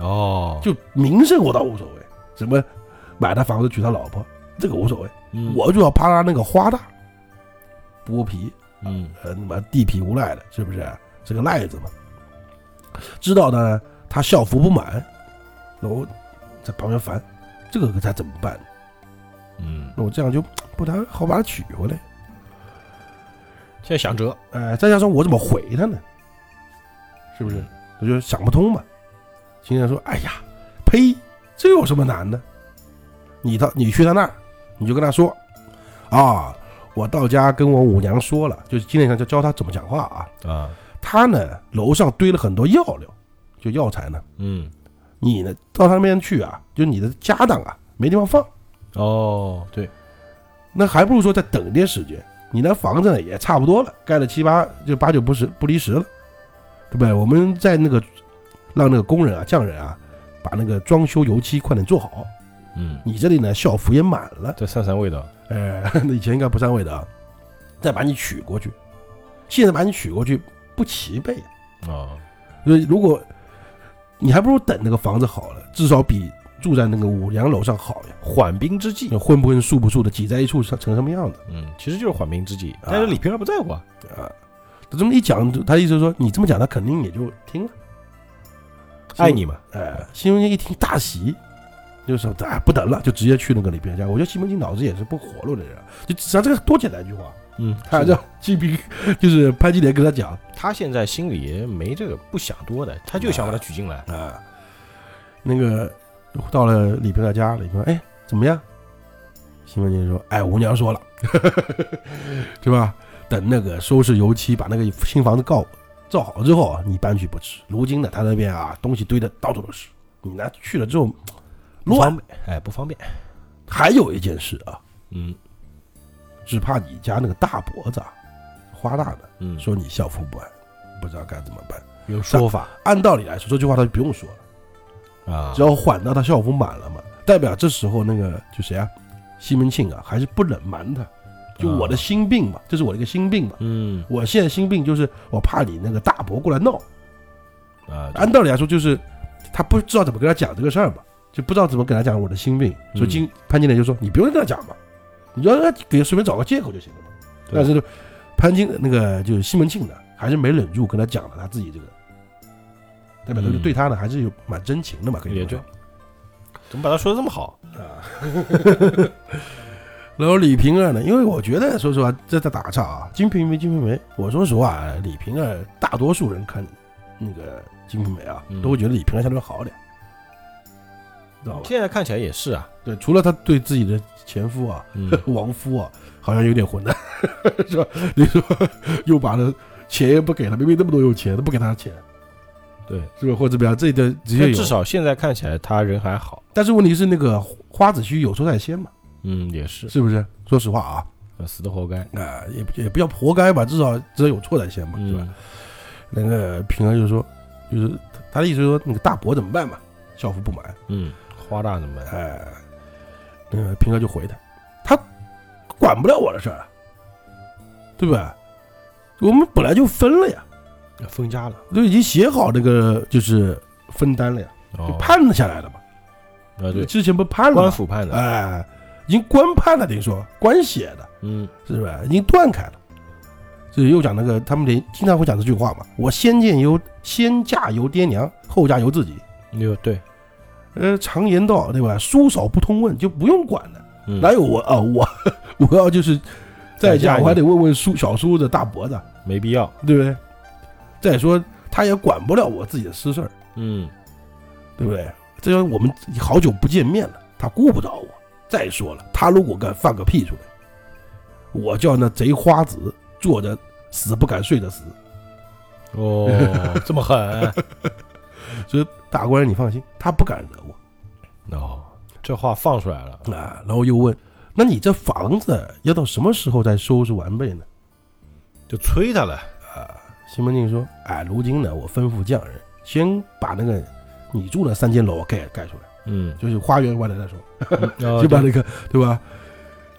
[SPEAKER 1] 哦，
[SPEAKER 2] 就名声我倒无所谓，什么买他房子娶他老婆，这个无所谓，
[SPEAKER 1] 嗯
[SPEAKER 2] 我就要怕他那个花大，剥皮。
[SPEAKER 1] 嗯
[SPEAKER 2] 呃，他妈地痞无赖的，是不是？啊是个赖子嘛。知道呢，他校服不满，那我在旁边烦，这个该怎么办？
[SPEAKER 1] 嗯，
[SPEAKER 2] 那我这样就不太好把他娶回来。
[SPEAKER 1] 现在想辙，
[SPEAKER 2] 哎、再加上我怎么回他呢？是不是？我就想不通嘛。秦天说：“哎呀，呸，这有什么难的？你到你去他那儿，你就跟他说，啊，我到家跟我五娘说了，就是今天上就教他怎么讲话啊。
[SPEAKER 1] 啊，
[SPEAKER 2] 他呢，楼上堆了很多药料，就药材呢。
[SPEAKER 1] 嗯，
[SPEAKER 2] 你呢，到他那边去啊，就你的家当啊，没地方放，
[SPEAKER 1] 哦，对，
[SPEAKER 2] 那还不如说再等一点时间。你那房子呢也差不多了，盖了七八就八九不十不离十了，对不对？我们在那个让那个工人啊、匠人啊，把那个装修油漆快点做好。
[SPEAKER 1] 嗯，
[SPEAKER 2] 你这里呢，校服也满了，
[SPEAKER 1] 再散散味道，
[SPEAKER 2] 哎，那以前应该不上位的啊，再把你娶过去。现在把你娶过去不齐备啊
[SPEAKER 1] 哦，
[SPEAKER 2] 所以如果你还不如等那个房子好了，至少比住在那个五粮楼上好呀。
[SPEAKER 1] 缓兵之计
[SPEAKER 2] 你，混不混、素不素的，挤在一处成成什么样子
[SPEAKER 1] 嗯，其实就是缓兵之计，但是李瓶儿不在乎啊，
[SPEAKER 2] 啊？他这么一讲，他意思是说你这么讲，他肯定也就听了。
[SPEAKER 1] 爱你嘛，
[SPEAKER 2] 哎，西门庆一听大喜，就说哎不等了，就直接去那个李冰家。我觉得西门庆脑子也是不活络的人啊，就实际上这个多简单一句话，
[SPEAKER 1] 嗯，
[SPEAKER 2] 他让金兵 *laughs* 就是潘金莲跟他讲
[SPEAKER 1] 他现在心里也没这个不想多的，他就想把他娶进来，
[SPEAKER 2] 啊，那个到了李平他家，李平说：“哎，怎么样？”西门庆说：“哎，吴娘说了， *laughs* 对吧？等那个收拾油漆，把那个新房子告造好之后啊，你搬去不迟。如今呢，他那边啊东西堆的到处都是，你呢去了之后
[SPEAKER 1] 不
[SPEAKER 2] 乱
[SPEAKER 1] 方。便，哎，不方便，
[SPEAKER 2] 还有一件事啊，
[SPEAKER 1] 嗯
[SPEAKER 2] 只怕你家那个大伯子啊，花大的
[SPEAKER 1] 嗯，
[SPEAKER 2] 说你校服不安，不知道该怎么办。
[SPEAKER 1] 有说法
[SPEAKER 2] 按道理来说，这句话他就不用说了。”
[SPEAKER 1] 啊
[SPEAKER 2] 只，要缓到他校服满了嘛，代表这时候那个就谁啊，西门庆啊，还是不能瞒他，就我
[SPEAKER 1] 啊
[SPEAKER 2] 的心病嘛，这是我的一个心病嘛。
[SPEAKER 1] 嗯
[SPEAKER 2] 我现在心病就是我怕你那个大伯过来闹，
[SPEAKER 1] 啊，
[SPEAKER 2] 按道理来说就是他不知道怎么跟他讲这个事儿嘛，就不知道怎么跟他讲我的心病，
[SPEAKER 1] 嗯
[SPEAKER 2] 所以金潘金莲就说你不用跟他讲嘛，你就让他给随便找个借口就行了嘛。
[SPEAKER 1] 对
[SPEAKER 2] 但是就潘金那个就是西门庆呢，还是没忍住跟他讲了他自己这个，代表他就
[SPEAKER 1] 嗯
[SPEAKER 2] 对他呢还是有蛮真情的嘛，可以
[SPEAKER 1] 也
[SPEAKER 2] 说
[SPEAKER 1] 对，怎么把他说的这么好？
[SPEAKER 2] 啊，然后李瓶儿呢，因为我觉得说实话，这在打岔啊，《金瓶梅》《金瓶梅》，我说实话，李瓶儿大多数人看那个《金瓶梅》啊，
[SPEAKER 1] 嗯
[SPEAKER 2] 都会觉得李瓶儿相对好点，知道吧？
[SPEAKER 1] 现在看起来也是啊，
[SPEAKER 2] 对，除了她对自己的前夫啊，
[SPEAKER 1] 嗯
[SPEAKER 2] *laughs* 亡夫啊，好像有点混蛋， *laughs* 是吧？你说又把他钱也不给他，明明那么多有钱，都不给他钱，
[SPEAKER 1] *laughs* 对，
[SPEAKER 2] 是吧？或者怎么样，这一段直接
[SPEAKER 1] 但
[SPEAKER 2] 有。
[SPEAKER 1] 至，少现在看起来他人还好，
[SPEAKER 2] 但是问题是那个花子虚有仇在先嘛，
[SPEAKER 1] 嗯，也是
[SPEAKER 2] 是不是？说实话啊，
[SPEAKER 1] 呃死的活该，
[SPEAKER 2] 啊、也不也不叫活该吧，至少至少有错在先嘛，是吧？
[SPEAKER 1] 嗯，
[SPEAKER 2] 那个平儿就说，就是他他的意思就是说，那个大伯怎么办嘛？校服不满，
[SPEAKER 1] 嗯，花大怎么办？
[SPEAKER 2] 哎，那个平儿就回他，他管不了我的事儿啊，对吧？我们本来就分了呀，
[SPEAKER 1] 分家了，
[SPEAKER 2] 都已经写好那个就是分担了呀，就
[SPEAKER 1] 哦，
[SPEAKER 2] 判了下来了嘛。
[SPEAKER 1] 啊对，
[SPEAKER 2] 之前不判了
[SPEAKER 1] 官
[SPEAKER 2] 吗？
[SPEAKER 1] 府判的，
[SPEAKER 2] 哎，已经官判了，等于说官写的，
[SPEAKER 1] 嗯，
[SPEAKER 2] 是吧？已经断开了。这又讲那个，他们连经常会讲这句话嘛：“我先见由先嫁由爹娘，后嫁由自己。”
[SPEAKER 1] 有哎对，
[SPEAKER 2] 呃，常言道，对吧？书少不通问，就不用管了。
[SPEAKER 1] 嗯
[SPEAKER 2] 哪有我啊？我我要就是在
[SPEAKER 1] 再嫁一
[SPEAKER 2] 家，
[SPEAKER 1] 个
[SPEAKER 2] 我还得问问叔小叔子、大伯子，
[SPEAKER 1] 没必要，
[SPEAKER 2] 对不对？再说他也管不了我自己的私事儿，
[SPEAKER 1] 嗯，
[SPEAKER 2] 对不对？这要我们好久不见面了，他顾不着我。再说了，他如果敢放个屁出来，我叫那贼花子坐着死不敢睡的死。
[SPEAKER 1] 哦， *laughs* 这么狠，
[SPEAKER 2] 所以大官人你放心，他不敢惹我。
[SPEAKER 1] 哦，这话放出来了，
[SPEAKER 2] 啊，然后又问：“那你这房子要到什么时候才收拾完备呢
[SPEAKER 1] 就催他了，？”
[SPEAKER 2] 西门庆说：“哎，如今呢，我吩咐匠人先把那个你住的三间楼盖盖出来，
[SPEAKER 1] 嗯，
[SPEAKER 2] 就是花园完了再说，
[SPEAKER 1] 就
[SPEAKER 2] 就把那个对吧？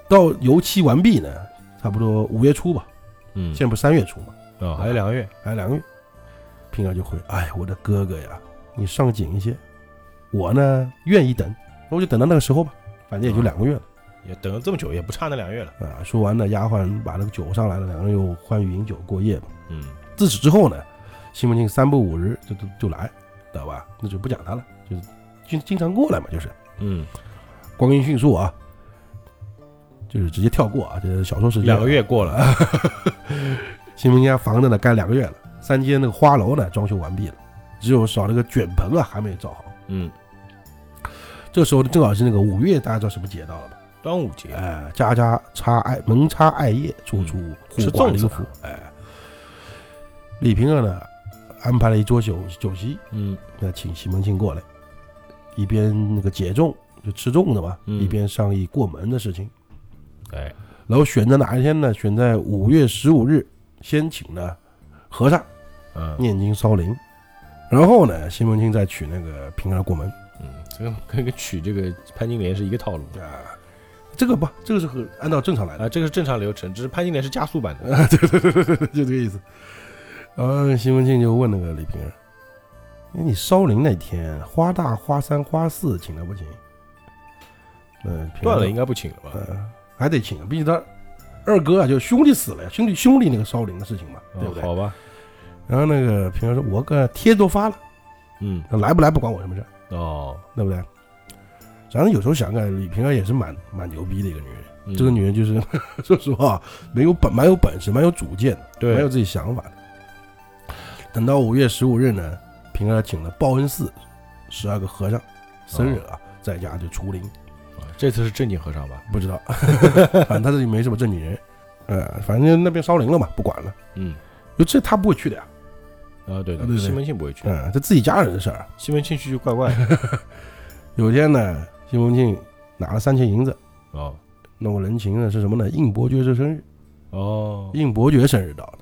[SPEAKER 2] 到油漆完毕呢，差不多五月初吧，
[SPEAKER 1] 嗯
[SPEAKER 2] 现，在不是三月初嘛，
[SPEAKER 1] 哦，还有两个月，
[SPEAKER 2] 还有两个月。”平儿就回：“哎，我的哥哥呀，你上紧一些，我呢愿意等，那我就等到那个时候吧，反正也就两个月了。”
[SPEAKER 1] 也等了这么久，也不差那两个月了，
[SPEAKER 2] 啊，说完呢，丫鬟把那个酒上来了，两个人又欢愉饮酒过夜嘛。
[SPEAKER 1] 嗯，
[SPEAKER 2] 自此之后呢，西门庆三不五日就就就来，知道吧？那就不讲他了，就是经经常过来嘛，就是
[SPEAKER 1] 嗯，
[SPEAKER 2] 光阴迅速啊，就是直接跳过啊，这是小说时间
[SPEAKER 1] 两个。月过了，
[SPEAKER 2] 西门庆家房子呢盖两个月了，三间那个花楼呢装修完毕了，只有少那个卷棚啊还没造好。
[SPEAKER 1] 嗯，
[SPEAKER 2] 这时候呢正好是那个五月，大家知道什么节到了吧？
[SPEAKER 1] 端午节，
[SPEAKER 2] 哎，家家插艾门插艾叶，处处
[SPEAKER 1] 嗯吃
[SPEAKER 2] 护挂
[SPEAKER 1] 粽子
[SPEAKER 2] 灵符。哎，李瓶儿呢，安排了一桌酒酒席，
[SPEAKER 1] 嗯，
[SPEAKER 2] 那请西门庆过来，一边那个解粽就吃粽子嘛，
[SPEAKER 1] 嗯
[SPEAKER 2] 一边商议过门的事情。
[SPEAKER 1] 哎，
[SPEAKER 2] 然后选在哪一天呢？选在五月十五日，先请呢和尚
[SPEAKER 1] 嗯，
[SPEAKER 2] 念经烧灵，然后呢，西门庆再娶那个平儿过门。
[SPEAKER 1] 嗯，这个跟跟娶这个潘金莲是一个套路的
[SPEAKER 2] 啊，这个不，这个是很按照正常来的。
[SPEAKER 1] 啊，这个是正常流程，只是潘金莲是加速版 *laughs* 的，
[SPEAKER 2] 啊，对对对对
[SPEAKER 1] 哎
[SPEAKER 2] 对，就这个意思。然后西门庆就问那个李瓶儿：“那你烧灵那天，花大、花三、花四请了不请？”嗯，瓶儿
[SPEAKER 1] 断
[SPEAKER 2] 说
[SPEAKER 1] 了应该不请了吧？
[SPEAKER 2] 呃，还得请，毕竟他二哥啊，就兄弟死了呀，兄弟兄弟那个烧灵的事情嘛，对不
[SPEAKER 1] 哦
[SPEAKER 2] 对？
[SPEAKER 1] 好吧，
[SPEAKER 2] 然后那个瓶儿说：“我个贴都发了，
[SPEAKER 1] 嗯，
[SPEAKER 2] 来不来不管我什么事儿，
[SPEAKER 1] 哦，
[SPEAKER 2] 对不对？”反正有时候想想，李瓶儿也是蛮蛮牛逼的一个女人。
[SPEAKER 1] 嗯
[SPEAKER 2] 这个女人就是， *laughs* 说实话，没有本蛮有本事，蛮有主见的。
[SPEAKER 1] 对，
[SPEAKER 2] 蛮有自己想法的。等到五月十五日呢，平儿请了报恩寺十二个和尚、僧人啊，在家就除灵，
[SPEAKER 1] 啊这次是正经和尚吧？
[SPEAKER 2] 不知道， *laughs* 反正他这里没什么正经人，呃，反正就那边烧灵了嘛，不管了。
[SPEAKER 1] 嗯，
[SPEAKER 2] 就这他不会去的呀，
[SPEAKER 1] 啊，对
[SPEAKER 2] 对对
[SPEAKER 1] 的，西门庆不会去，
[SPEAKER 2] 嗯，这自己家人的事儿啊。
[SPEAKER 1] 西门庆去就怪怪的，
[SPEAKER 2] 有一天呢，西门庆拿了三千银子，
[SPEAKER 1] *laughs* 哦，
[SPEAKER 2] 弄个人情啊呢是什么呢？应伯爵这生日，
[SPEAKER 1] 哦，
[SPEAKER 2] 应伯爵生日到了，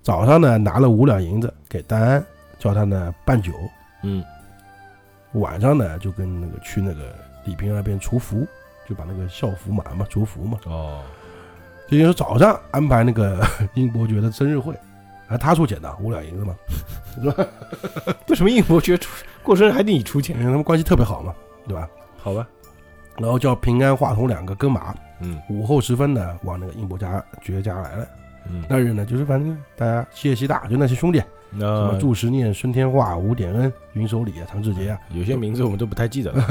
[SPEAKER 2] 早上呢拿了五两银子给丹安，叫他呢办酒，
[SPEAKER 1] 嗯，
[SPEAKER 2] 晚上呢，就跟那个去那个李平那边除服，就把那个校服买嘛，除服嘛。
[SPEAKER 1] 哦，
[SPEAKER 2] 这就是早上安排那个 *laughs* 英伯爵的生日会，还他出钱的，五两银子嘛，
[SPEAKER 1] 为什么应伯爵出过生日还得你出
[SPEAKER 2] 因
[SPEAKER 1] 钱？
[SPEAKER 2] 为他们关系特别好嘛，对吧？
[SPEAKER 1] 好吧，
[SPEAKER 2] 然后叫平安、华童两个跟马，
[SPEAKER 1] 嗯
[SPEAKER 2] 午后时分呢，往那个英伯家爵家来了。
[SPEAKER 1] 嗯，
[SPEAKER 2] 那日呢，就是反正大家谢谢大，就那些兄弟什么
[SPEAKER 1] 那
[SPEAKER 2] 祝时念、孙天化、吴点恩、云守礼啊、唐志杰啊，
[SPEAKER 1] 有些名字我们都不太记得 *laughs* 了，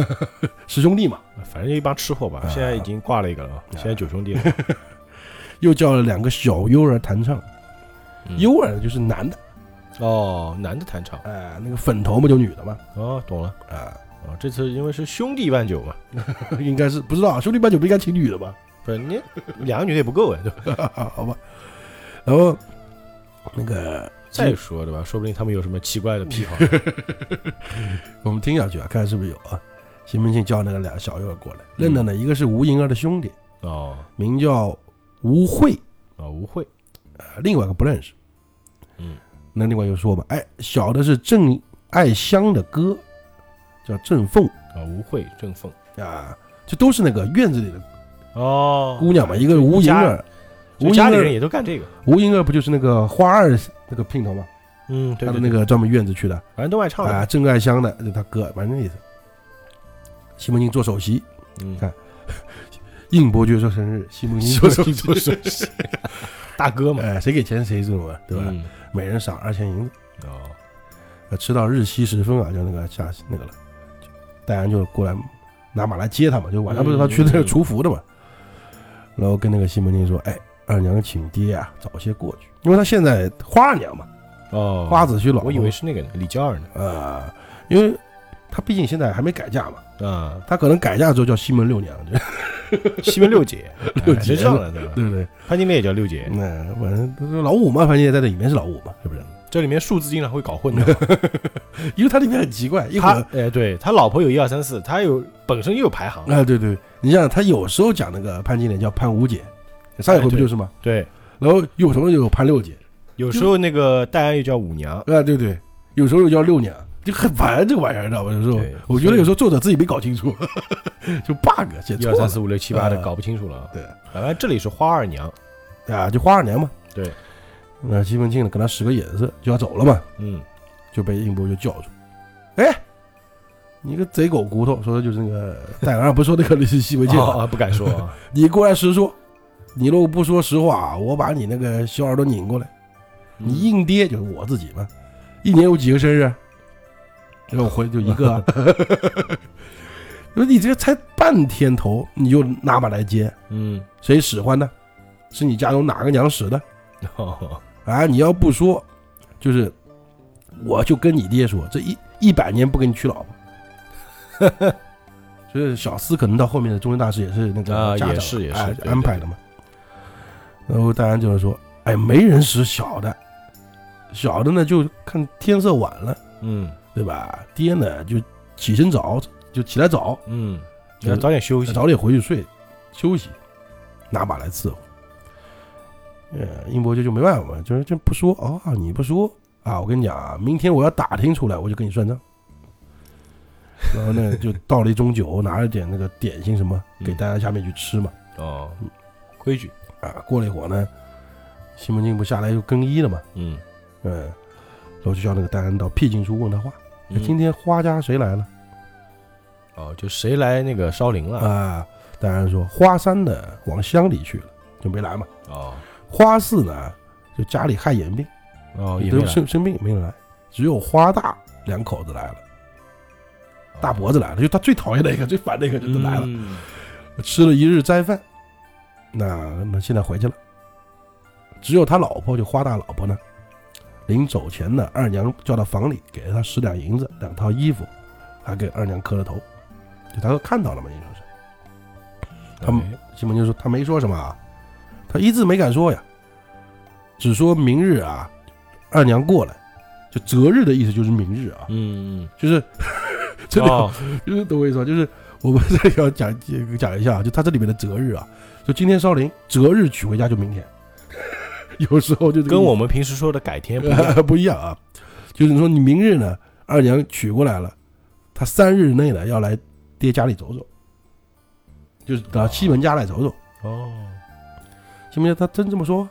[SPEAKER 2] 十兄弟嘛，
[SPEAKER 1] 反正就一帮吃货吧。
[SPEAKER 2] 啊
[SPEAKER 1] 现在已经挂了一个了，啊，现在九兄弟了。
[SPEAKER 2] 又叫了两个小优儿弹唱，
[SPEAKER 1] 嗯
[SPEAKER 2] 优儿就是男的，
[SPEAKER 1] *laughs* 哦，男的弹唱
[SPEAKER 2] 啊、那个粉头嘛就女的嘛，
[SPEAKER 1] 哦，懂了
[SPEAKER 2] 啊、 *laughs*
[SPEAKER 1] 哦。这次因为是兄弟办酒嘛，
[SPEAKER 2] 应该是不知道兄弟八九不应该请女的吧？
[SPEAKER 1] 不是你两个女的也不够啊， *laughs* 对吧？
[SPEAKER 2] *laughs* 好吧，然后那个
[SPEAKER 1] 再说对吧？说不定他们有什么奇怪的癖 *laughs* 好。
[SPEAKER 2] 我们听下去啊，看是不是有啊？西门庆叫那个俩小幼儿过来，认得呢，
[SPEAKER 1] 嗯
[SPEAKER 2] 一个是吴银儿的兄弟，
[SPEAKER 1] 哦
[SPEAKER 2] 名叫吴慧，
[SPEAKER 1] 哦，吴慧，
[SPEAKER 2] 呃另外一个不认识。
[SPEAKER 1] 嗯，
[SPEAKER 2] 那另外又说吧，哎，小的是郑爱香的哥，叫郑凤
[SPEAKER 1] 啊，吴慧郑凤
[SPEAKER 2] 啊，这都是那个院子里的
[SPEAKER 1] 哦，
[SPEAKER 2] 姑娘嘛。一个吴银
[SPEAKER 1] 家
[SPEAKER 2] 儿，
[SPEAKER 1] 就
[SPEAKER 2] 吴银
[SPEAKER 1] 家里人
[SPEAKER 2] 儿，
[SPEAKER 1] 也都干这个。
[SPEAKER 2] 吴银儿不就是那个花儿那个姘头嘛？
[SPEAKER 1] 嗯，
[SPEAKER 2] 他
[SPEAKER 1] 对
[SPEAKER 2] 的
[SPEAKER 1] 对
[SPEAKER 2] 那
[SPEAKER 1] 对，
[SPEAKER 2] 个专门院子去的。
[SPEAKER 1] 反正都爱唱
[SPEAKER 2] 啊，
[SPEAKER 1] 的。
[SPEAKER 2] 郑爱香的，就他哥，反正那意思。西门庆做首席，
[SPEAKER 1] 嗯，
[SPEAKER 2] 看应伯爵说生日，西门庆
[SPEAKER 1] 说
[SPEAKER 2] 做
[SPEAKER 1] 什
[SPEAKER 2] 首
[SPEAKER 1] 么
[SPEAKER 2] 席，
[SPEAKER 1] 做什么，啊大哥嘛，
[SPEAKER 2] 哎，谁给钱谁送啊，对吧？
[SPEAKER 1] 嗯？
[SPEAKER 2] 每人赏二钱银子。
[SPEAKER 1] 哦，
[SPEAKER 2] 呃吃到日西时分啊，就那个下那个了，戴安就过来拿马来接他嘛，就晚上不是他去那个
[SPEAKER 1] 嗯
[SPEAKER 2] 厨房的嘛，然后跟那个西门庆说，哎，二娘请爹啊，早些过去，因为他现在花二娘嘛，
[SPEAKER 1] 哦，
[SPEAKER 2] 花子虚老嘛，
[SPEAKER 1] 我以为是那个呢，李娇儿呢。
[SPEAKER 2] 啊，因为他毕竟现在还没改嫁嘛，
[SPEAKER 1] 啊，
[SPEAKER 2] 他可能改嫁之后叫西门六娘，就
[SPEAKER 1] 西 *laughs* 门六姐，
[SPEAKER 2] 六
[SPEAKER 1] 哎
[SPEAKER 2] 姐
[SPEAKER 1] 谁知道呢？对吧？
[SPEAKER 2] 对不对？
[SPEAKER 1] 潘金莲也叫六姐，
[SPEAKER 2] 那反正都是老五嘛，反正也在这里面是老五嘛，是不是？
[SPEAKER 1] 这里面数字经常会搞混 *laughs* 的。
[SPEAKER 2] 因为他里面很奇怪，一会
[SPEAKER 1] 他
[SPEAKER 2] 儿
[SPEAKER 1] 哎，对他老婆有一二三四，他有本身也有排行。
[SPEAKER 2] 啊，对对，你想想他有时候讲那个潘金莲叫潘五姐，上一
[SPEAKER 1] 哎
[SPEAKER 2] 回不
[SPEAKER 1] 对
[SPEAKER 2] 就是吗？
[SPEAKER 1] 对，
[SPEAKER 2] 然后有时候有潘六姐，
[SPEAKER 1] 有时候那个戴安又叫舞娘。
[SPEAKER 2] 啊，对对，有时候又叫六娘，就很烦这个玩意儿，知道吧？有时候
[SPEAKER 1] 对
[SPEAKER 2] 我觉得有时候作者自己没搞清楚， *laughs* 就 bug 写
[SPEAKER 1] 一
[SPEAKER 2] 错
[SPEAKER 1] 二三
[SPEAKER 2] 了
[SPEAKER 1] 四五六七八的
[SPEAKER 2] 啊
[SPEAKER 1] 搞不清楚了啊！
[SPEAKER 2] 对，
[SPEAKER 1] 反正这里是花二娘，
[SPEAKER 2] 啊，就花二娘嘛。
[SPEAKER 1] 对，
[SPEAKER 2] 那西门庆呢，给他使个眼色就要走了嘛，
[SPEAKER 1] 嗯，
[SPEAKER 2] 就被应伯就叫住，哎。你个贼狗骨头，说的就是那个戴安，不是说那个西门庆吗，
[SPEAKER 1] 哦，不敢说 *laughs* 啊，
[SPEAKER 2] 你过来实说，你若不说实话，啊我把你那个小耳朵拧过来。你
[SPEAKER 1] 一
[SPEAKER 2] 应爹就是我自己嘛，一年有几个生日？要我回就一个、啊。 *laughs* 说你这才半天头，你就拿马来接，
[SPEAKER 1] 嗯，
[SPEAKER 2] 谁使唤的？是你家中哪个娘使的？
[SPEAKER 1] 哦，
[SPEAKER 2] 啊，你要不说，就是我就跟你爹说，这一一百年不给你娶老婆。 *laughs* 所以小厮可能到后面的终身大事也是那
[SPEAKER 1] 啊
[SPEAKER 2] 个家长
[SPEAKER 1] 也是也是
[SPEAKER 2] 哎
[SPEAKER 1] 对
[SPEAKER 2] 安排的嘛。然后戴安就是说，哎，没人使小的，小的呢就看天色晚了，
[SPEAKER 1] *laughs* 嗯
[SPEAKER 2] 对吧？爹呢就起身早，就起来早，
[SPEAKER 1] 嗯，你要早点休息，
[SPEAKER 2] 早点回去睡休息，拿马来伺候。呃，英伯爵就没办法嘛，就是这不说哦，你不说啊，我跟你讲啊，明天我要打听出来，我就跟你算账。然后呢，就倒了一盅酒，拿了点那个点心什么给大家下面去吃嘛。
[SPEAKER 1] 哦，规矩，
[SPEAKER 2] 啊，过了一会儿呢，西门庆不下来又更衣了嘛，
[SPEAKER 1] 嗯，
[SPEAKER 2] 嗯，然后就叫那个戴安到僻静处问他话，哎
[SPEAKER 1] 嗯
[SPEAKER 2] 今天花家谁来了？
[SPEAKER 1] 哦，就谁来那个烧灵了？
[SPEAKER 2] 啊，戴安说花山的往乡里去了，就没来嘛。
[SPEAKER 1] 哦
[SPEAKER 2] 花四呢，就家里害眼病，
[SPEAKER 1] 哦，也没
[SPEAKER 2] 都
[SPEAKER 1] 来
[SPEAKER 2] 生生病没人来，只有花大两口子来了，大
[SPEAKER 1] 子
[SPEAKER 2] 脖子来了，就他最讨厌的一个、最烦的一个就都来了，
[SPEAKER 1] 嗯
[SPEAKER 2] 吃了一日斋饭，那那现在回去了，只有他老婆就花大老婆呢，临走前呢，二娘叫到房里给了他十两银子、两套衣服，还给二娘磕了头，就他都看到了嘛，你说是？他们
[SPEAKER 1] 哎
[SPEAKER 2] 西门庆说他没说什么啊，他一字没敢说呀，只说明日啊，二娘过来，就择日的意思就是明日啊，
[SPEAKER 1] 嗯，嗯
[SPEAKER 2] 就是这里、
[SPEAKER 1] 哦
[SPEAKER 2] 就是懂我意思吧？就是我们这里要讲讲一下啊，就他这里面的择日啊，就今天烧灵，择日娶回家就明天， *laughs* 有时候就这个
[SPEAKER 1] 跟
[SPEAKER 2] 意
[SPEAKER 1] 我们平时说的改天不一样，
[SPEAKER 2] 思 *laughs* 不一样啊，就是说你明日呢，二娘娶过来了，她三日内呢要来爹家里走走，就是到西门家来走走。
[SPEAKER 1] 哦，
[SPEAKER 2] 行不行？他真这么说，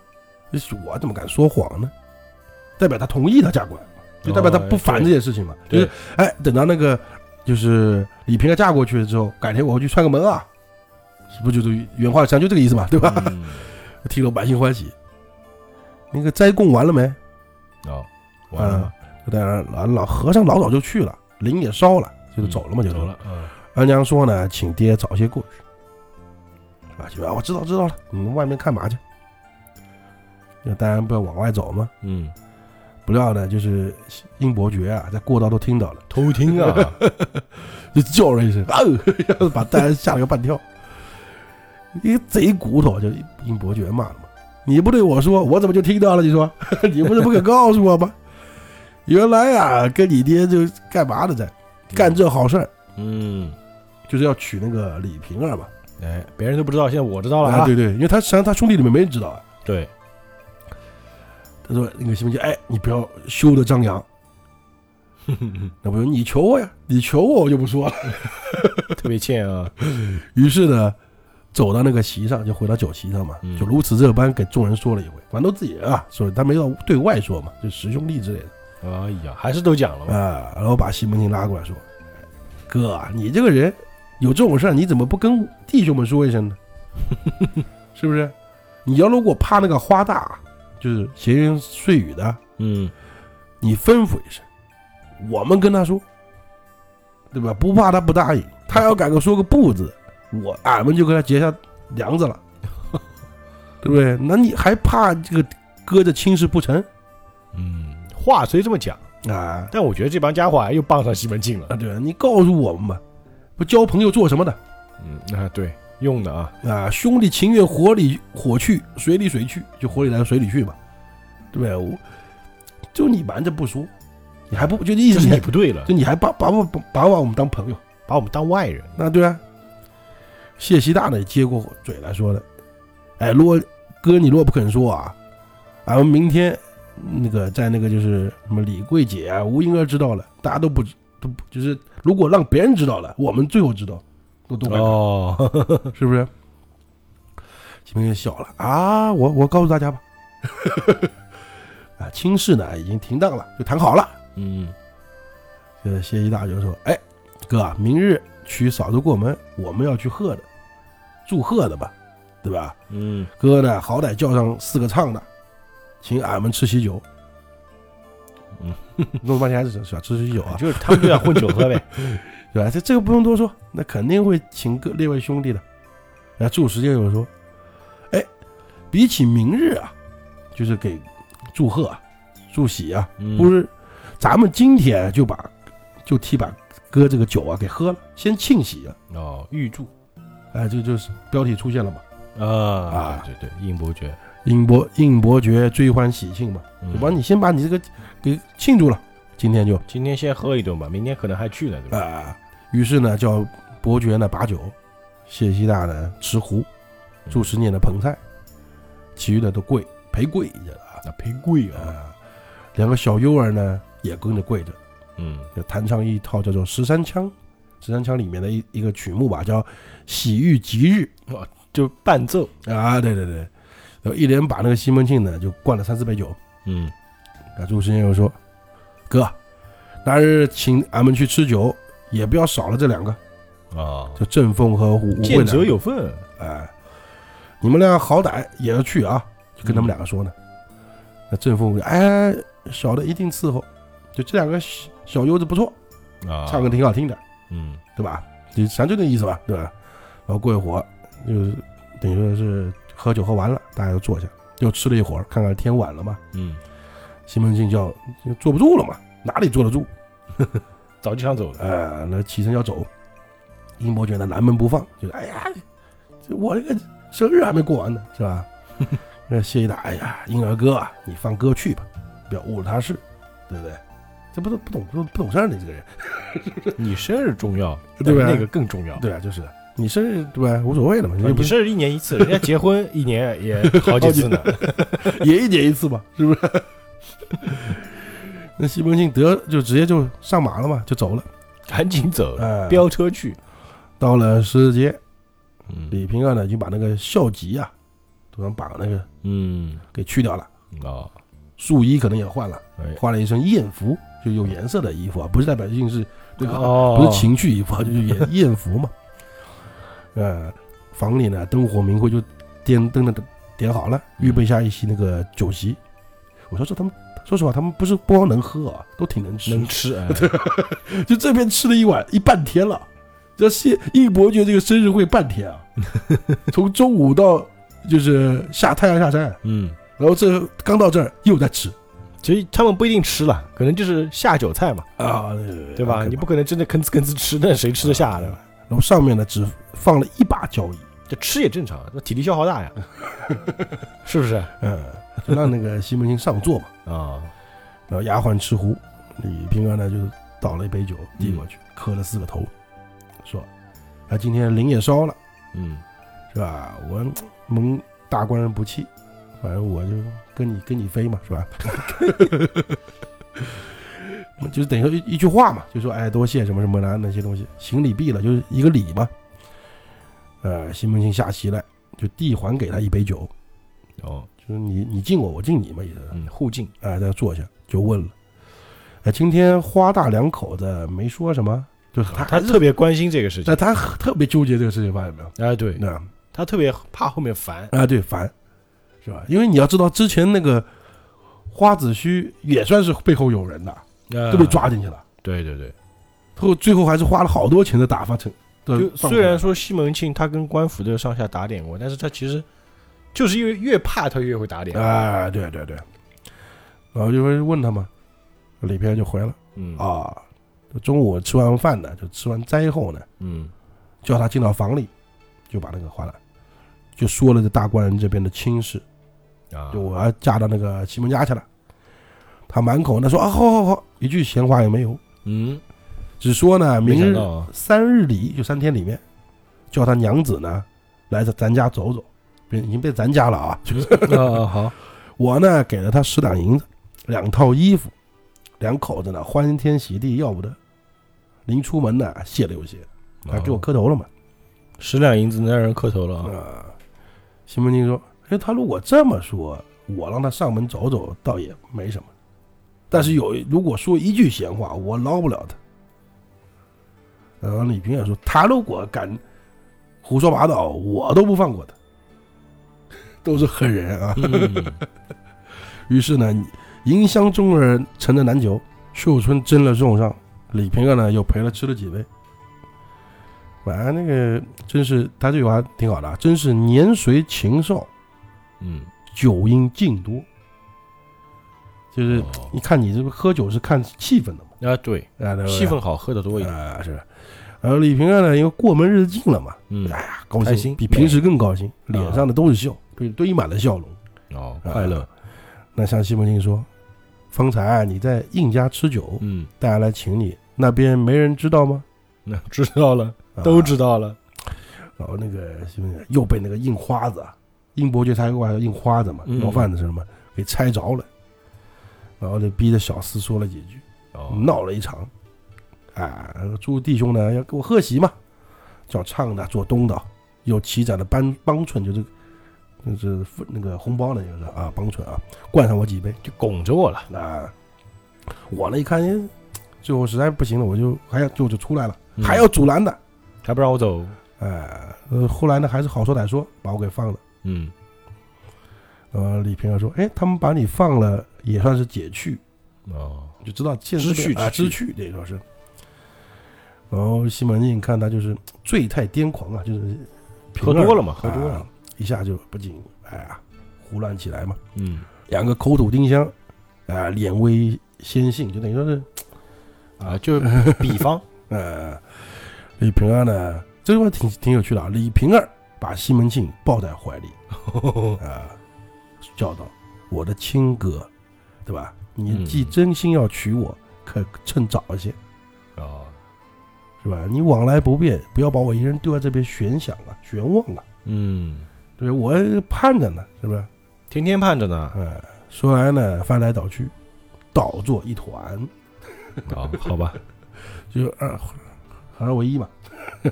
[SPEAKER 2] 就是我怎么敢说谎呢？代表他同意他嫁过来嘛，就代表他不烦这件事情嘛。
[SPEAKER 1] 哦哎
[SPEAKER 2] 就
[SPEAKER 1] 对
[SPEAKER 2] 是哎，等到那个就是李萍儿嫁过去了之后，改天我回去串个门啊，是不是就是原话讲就这个意思嘛？对吧？ *laughs*
[SPEAKER 1] 嗯
[SPEAKER 2] 听了满心欢喜。那个斋供完了没？
[SPEAKER 1] 哦，完了，
[SPEAKER 2] 当然，老老和尚老早就去了，灵也烧了，就是走了嘛，就
[SPEAKER 1] 走
[SPEAKER 2] 是
[SPEAKER 1] 了。嗯，
[SPEAKER 2] 安江说呢，请爹早些过去。啊，就啊，我知道知道了，你们外面看嘛去？那当然不要往外走嘛。
[SPEAKER 1] 嗯，
[SPEAKER 2] 不料呢，就是殷伯爵啊，在过道都听到了，
[SPEAKER 1] 偷听啊，
[SPEAKER 2] *laughs* 就叫了一声，啊， *laughs* 把大家吓了个半跳。一个贼骨头，就殷伯爵骂了嘛，你不对我说，我怎么就听到了？你说， *laughs* 你不是不肯告诉我吗？原来啊，跟你爹就干嘛的在干这好事儿，
[SPEAKER 1] 嗯，
[SPEAKER 2] 就是要娶那个李瓶儿嘛。
[SPEAKER 1] 哎，别人都不知道，现在我知道了
[SPEAKER 2] 啊，
[SPEAKER 1] 啊。
[SPEAKER 2] 对对，因为他实际上他兄弟里面没人知道啊。
[SPEAKER 1] 对，
[SPEAKER 2] 他说那个西门庆，哎，你不要羞得
[SPEAKER 1] *laughs*
[SPEAKER 2] 张扬。那不是你求我呀，你求我我就不说了。 *laughs*
[SPEAKER 1] 特别欠啊。
[SPEAKER 2] 于是呢，走到那个席上，就回到酒席上嘛，
[SPEAKER 1] 嗯
[SPEAKER 2] 就如此这般给众人说了一回，反正都自己人啊，所以他没有对外说嘛，就十兄弟之类的
[SPEAKER 1] 哎呀，还是都讲了嘛。
[SPEAKER 2] 啊。然后把西门庆拉过来说，哥啊，你这个人有这种事儿，你怎么不跟弟兄们说一声呢？ *laughs* 是不是？你要如果怕那个花大啊，就是闲言碎语的，啊
[SPEAKER 1] 嗯，
[SPEAKER 2] 你吩咐一声，我们跟他说，对吧？不怕他不答应，他要敢个说个不字，我俺们就跟他结下梁子了， *laughs* 对不对？那你还怕这个哥这亲事不成
[SPEAKER 1] 嗯，话虽这么讲，
[SPEAKER 2] 啊？
[SPEAKER 1] 但我觉得这帮家伙啊又傍上西门
[SPEAKER 2] *laughs*
[SPEAKER 1] 庆
[SPEAKER 2] 啊，
[SPEAKER 1] 了。
[SPEAKER 2] 对吧，你告诉我们吧，不交朋友做什么的
[SPEAKER 1] 嗯，啊，对，用的啊，
[SPEAKER 2] 啊？兄弟情愿火里火去，水里水去，就火里来水里去嘛，对不对？我就你瞒着不说，你还不就意
[SPEAKER 1] 这
[SPEAKER 2] 思
[SPEAKER 1] 是
[SPEAKER 2] 你
[SPEAKER 1] 你
[SPEAKER 2] 还
[SPEAKER 1] 不对了，
[SPEAKER 2] 就你还把把我把把我们当朋友。
[SPEAKER 1] 把我们当外人。
[SPEAKER 2] 那对啊，谢希大呢也接过嘴来说了，哎，如果哥你若不肯说啊，俺们明天那个在那个就是什么李桂姐啊、吴英儿知道了，大家都不知都不就是如果让别人知道了，我们最后知道，都都尴尬
[SPEAKER 1] 哦，
[SPEAKER 2] 是不是？西门庆笑了啊，我我告诉大家吧， *laughs* 啊，亲事呢已经停当了，就谈好了。
[SPEAKER 1] 嗯，
[SPEAKER 2] 呃，谢一大就说：“哎，哥啊，明日娶嫂子过门，我们要去贺的，祝贺的吧，对吧？
[SPEAKER 1] 嗯，
[SPEAKER 2] 哥呢，好歹叫上四个唱的，请俺们吃喜酒。
[SPEAKER 1] 嗯，
[SPEAKER 2] *laughs* 弄半天还是想吃喜酒啊，
[SPEAKER 1] 就是他们就想混酒喝呗。
[SPEAKER 2] 对吧？这这个不用多说，那肯定会请各列位兄弟的。然后祝时间又说：哎，比起明日啊，就是给祝贺、啊、祝喜啊，
[SPEAKER 1] *laughs* 嗯
[SPEAKER 2] 不是，咱们今天就把就替把哥这个酒啊给喝了，先庆喜啊！
[SPEAKER 1] 哦，玉柱
[SPEAKER 2] 哎，这就是标题出现了嘛，
[SPEAKER 1] 啊
[SPEAKER 2] 啊
[SPEAKER 1] 对对，应伯爵，
[SPEAKER 2] 应伯应伯爵追欢喜庆嘛，就把
[SPEAKER 1] 嗯
[SPEAKER 2] 你先把你这个给庆祝了，今天就
[SPEAKER 1] 今天先喝一顿吧，明天可能还去呢，对吧？
[SPEAKER 2] 啊，于是呢叫伯爵呢把酒，谢希大呢持壶，
[SPEAKER 1] 嗯
[SPEAKER 2] 祝十年的捧菜，其余的都跪陪跪着了
[SPEAKER 1] 那赔贵
[SPEAKER 2] 啊，啊，两个小幼儿呢也跟着跪着。
[SPEAKER 1] 嗯，
[SPEAKER 2] 就弹唱一套叫做《十三腔》，《十三腔》里面的一一个曲目吧，叫《喜遇吉日
[SPEAKER 1] 就伴奏，》
[SPEAKER 2] 啊，对对对，然后一连把那个西门庆呢就灌了三四杯酒，
[SPEAKER 1] 嗯
[SPEAKER 2] 啊，祝时间又说：“哥，那日请俺们去吃酒，也不要少了这两个，
[SPEAKER 1] 啊，
[SPEAKER 2] 就郑凤和吴吴慧
[SPEAKER 1] 见
[SPEAKER 2] 兰
[SPEAKER 1] 者有份，
[SPEAKER 2] 哎，你们俩好歹也要去啊，就跟他
[SPEAKER 1] 嗯
[SPEAKER 2] 们两个说呢。那郑凤哎，小的一定伺候，就这两个小小优子不错，
[SPEAKER 1] 啊，
[SPEAKER 2] 唱歌，挺好听的。”
[SPEAKER 1] 嗯
[SPEAKER 2] 对吧？就咱就那意思吧，对吧？然后过一会儿，就是等于说是喝酒喝完了，大家又坐下，又吃了一会儿，看看天晚了嘛。
[SPEAKER 1] 嗯，
[SPEAKER 2] 西门庆叫就坐不住了嘛，哪里坐得住？
[SPEAKER 1] 早就想走 *laughs* 了，
[SPEAKER 2] 呃，那起身要走，殷伯爵呢拦门不放，就是哎呀，这我这个生日还没过完呢，是吧？ *laughs* 那谢一大，哎呀，婴儿哥啊，你放哥去吧，不要误了他事，对不对？这不都不懂不懂不懂事儿，你这个人，
[SPEAKER 1] 你生日重要，
[SPEAKER 2] 对吧
[SPEAKER 1] 但那个更重要。啊
[SPEAKER 2] 对啊，就是你生日对吧？无所谓了嘛，你又不
[SPEAKER 1] 你
[SPEAKER 2] 是
[SPEAKER 1] 生日一年一次，人家结婚一年也好几 *laughs* 次呢。
[SPEAKER 2] *laughs* 也一年一次吧，是不是？ *laughs* 那西门庆得就直接就上马了嘛，就走了。
[SPEAKER 1] 赶紧走，
[SPEAKER 2] 哎、
[SPEAKER 1] 飙车去。
[SPEAKER 2] 到了十字街，
[SPEAKER 1] 嗯
[SPEAKER 2] 李平儿呢已经把那个校籍啊，都能把那个
[SPEAKER 1] 嗯
[SPEAKER 2] 给去掉了，
[SPEAKER 1] 啊，
[SPEAKER 2] 素衣可能也换了，
[SPEAKER 1] 哎
[SPEAKER 2] 换了一身艳服，就有颜色的衣服啊，不是代表性是这个、
[SPEAKER 1] 哦
[SPEAKER 2] 不是情趣衣服啊，就是艳艳服嘛。呃，房里呢灯火明辉就点灯的点好了，预备下一席那个酒席。我说这他们说实话，他们不是不光能喝啊，都挺能吃，
[SPEAKER 1] 能吃， *laughs* 哎
[SPEAKER 2] 就这边吃了一碗一半天了。这谢应伯爵这个生日会半天啊，从中午到就是下太阳下山，
[SPEAKER 1] 嗯，
[SPEAKER 2] 然后这刚到这儿又在吃
[SPEAKER 1] 其实他们不一定吃了，可能就是下酒菜嘛，
[SPEAKER 2] 啊，
[SPEAKER 1] 对吧？你不可能真的吭哧吭哧吃，那谁吃得下对吧？
[SPEAKER 2] 然后上面呢只放了一把交椅，
[SPEAKER 1] 这吃也正常，那体力消耗大
[SPEAKER 2] *laughs*
[SPEAKER 1] 呀，是不是？
[SPEAKER 2] 嗯，就让那个西门庆上座嘛，
[SPEAKER 1] 啊，
[SPEAKER 2] 然后丫鬟吃壶，李平安呢就倒了一杯酒递过去，磕了四个头，说：“啊，今天灵也烧了，
[SPEAKER 1] 嗯，
[SPEAKER 2] 是吧？我蒙大官人不弃，反正我就跟你跟你飞嘛，是吧？” *laughs* 就是等于说一一句话嘛，就说哎多谢什么什么的那些东西，行礼毕了，就是一个礼嘛。呃，西门庆下棋来，就递还给他一杯酒，
[SPEAKER 1] 哦，
[SPEAKER 2] 就是你你敬我，我敬你嘛，意思是。
[SPEAKER 1] 嗯，互敬，
[SPEAKER 2] 哎，再坐下就问了，哎，今天花大两口子没说什么，就是他
[SPEAKER 1] 啊他特别关心这个事情
[SPEAKER 2] 那，他很特别纠结这个事情，发现没有？
[SPEAKER 1] 哎，对，
[SPEAKER 2] 那啊、
[SPEAKER 1] 他特别怕后面烦，
[SPEAKER 2] 对，烦，是吧？因为你要知道，之前那个花子虚也算是背后有人的，
[SPEAKER 1] 都
[SPEAKER 2] 都被，抓进去了，
[SPEAKER 1] 啊对对对。
[SPEAKER 2] 后最后还是花了好多钱的打发成。的
[SPEAKER 1] 就
[SPEAKER 2] 嗯放
[SPEAKER 1] 虽然
[SPEAKER 2] 出
[SPEAKER 1] 说西门庆他跟官府都上下打点过，但是他其实就是因为越怕他越会打点
[SPEAKER 2] 来，哎，对对对，然后就会问他嘛，李平就回了
[SPEAKER 1] 嗯
[SPEAKER 2] 啊，中午吃完饭呢，就吃完斋后呢，
[SPEAKER 1] 嗯
[SPEAKER 2] 叫他进到房里，就把那个花篮，就说了这大官人这边的亲事，
[SPEAKER 1] 啊
[SPEAKER 2] 就我要嫁到那个西门家去了。他满口那说啊，好好好，一句闲话也没有，
[SPEAKER 1] 嗯，
[SPEAKER 2] 只说呢，
[SPEAKER 1] 没
[SPEAKER 2] 明
[SPEAKER 1] 想
[SPEAKER 2] 日
[SPEAKER 1] 到啊，
[SPEAKER 2] 三日里就三天里面，叫他娘子呢来咱咱家走走，变已经变咱家
[SPEAKER 1] *laughs*
[SPEAKER 2] 了 *laughs* 啊。就是
[SPEAKER 1] 啊好，
[SPEAKER 2] 我呢给了他十两银子，两套衣服，两口子呢欢天喜地要不得。临出门呢谢了又谢，还给我磕头了嘛。
[SPEAKER 1] 十两银子能让人磕头了啊，
[SPEAKER 2] 啊，西门庆说：“哎，他如果这么说，我让他上门走走，倒也没什么。但是有如果说一句闲话，我捞不了他。”然后李平也说：“他如果敢胡说八道，我都不放过他。”都是狠人啊！
[SPEAKER 1] 嗯
[SPEAKER 2] 于是呢，迎香中儿陈的难求，秀春蒸了送上，李平儿呢又陪了吃了几杯。晚安那个真是他这句话挺好的，啊，真是年随情少，
[SPEAKER 1] 嗯，
[SPEAKER 2] 酒应尽多。就是
[SPEAKER 1] 哦
[SPEAKER 2] 你看你这个喝酒是看气氛的嘛，
[SPEAKER 1] 啊对，
[SPEAKER 2] 啊，对不对
[SPEAKER 1] 气氛好，喝的多一点，
[SPEAKER 2] 啊是。然后李平儿呢，因为过门日近了嘛，
[SPEAKER 1] 嗯
[SPEAKER 2] 哎呀，高
[SPEAKER 1] 开心嗯
[SPEAKER 2] 比平时更高兴，脸上的都是笑，堆堆满了笑容。
[SPEAKER 1] 哦
[SPEAKER 2] 啊
[SPEAKER 1] 快乐，
[SPEAKER 2] 那向西门庆说：“方才啊你在应家吃酒，
[SPEAKER 1] 嗯，
[SPEAKER 2] 大家来请你，那边没人知道吗？
[SPEAKER 1] 那知道了，都知
[SPEAKER 2] 道。
[SPEAKER 1] 道了，
[SPEAKER 2] 然后那个西门庆又被那个硬花子，啊，硬伯爵他又还有硬花子嘛，
[SPEAKER 1] 嗯
[SPEAKER 2] 要饭的是什么给拆着了，然后就逼着小厮说了几句，
[SPEAKER 1] 哦，
[SPEAKER 2] 闹了一场。啊，朱弟兄呢要给我贺喜嘛，叫唱的做东的，有齐展的帮帮衬，就是就是那个红包呢，就是啊帮衬啊，灌上我几杯。
[SPEAKER 1] 就拱着我了，
[SPEAKER 2] 那我呢一看，哎最后实在不行了，我就还要就就出来了，
[SPEAKER 1] 嗯
[SPEAKER 2] 还要阻拦的。
[SPEAKER 1] 还不让我走，
[SPEAKER 2] 哎，呃，后来呢还是好说歹说把我给放了。
[SPEAKER 1] 嗯
[SPEAKER 2] 呃，李平儿说，哎，他们把你放了也算是解去，
[SPEAKER 1] 哦，
[SPEAKER 2] 就知道现
[SPEAKER 1] 知
[SPEAKER 2] 实
[SPEAKER 1] 趣
[SPEAKER 2] 啊，
[SPEAKER 1] 知
[SPEAKER 2] 知趣得说是。然后西门庆看他就是醉态癫狂啊，就是
[SPEAKER 1] 喝多了
[SPEAKER 2] 嘛，
[SPEAKER 1] 嘛，喝多了
[SPEAKER 2] 啊，一下就不仅哎呀胡乱起来嘛，
[SPEAKER 1] 嗯，
[SPEAKER 2] 两个口吐丁香，啊，脸微鲜杏，就等于说是
[SPEAKER 1] 啊，就比 *laughs* 方，
[SPEAKER 2] 呃，李平儿呢，这句话挺挺有趣的啊。李平儿把西门庆抱在怀里
[SPEAKER 1] 哦
[SPEAKER 2] 啊、叫道：“我的亲哥，对吧？你
[SPEAKER 1] 嗯
[SPEAKER 2] 既真心要娶我，可趁早一些，
[SPEAKER 1] 哦，
[SPEAKER 2] 是吧？你往来不便，不要把我一个人丢在这边悬想啊、悬望啊，
[SPEAKER 1] 嗯，
[SPEAKER 2] 对我盼着呢，是不是？
[SPEAKER 1] 天天盼着呢，
[SPEAKER 2] 呃，说完呢，翻来倒去，倒作一团，
[SPEAKER 1] 哦，好 *laughs* 吧，
[SPEAKER 2] 就是二合二为一嘛，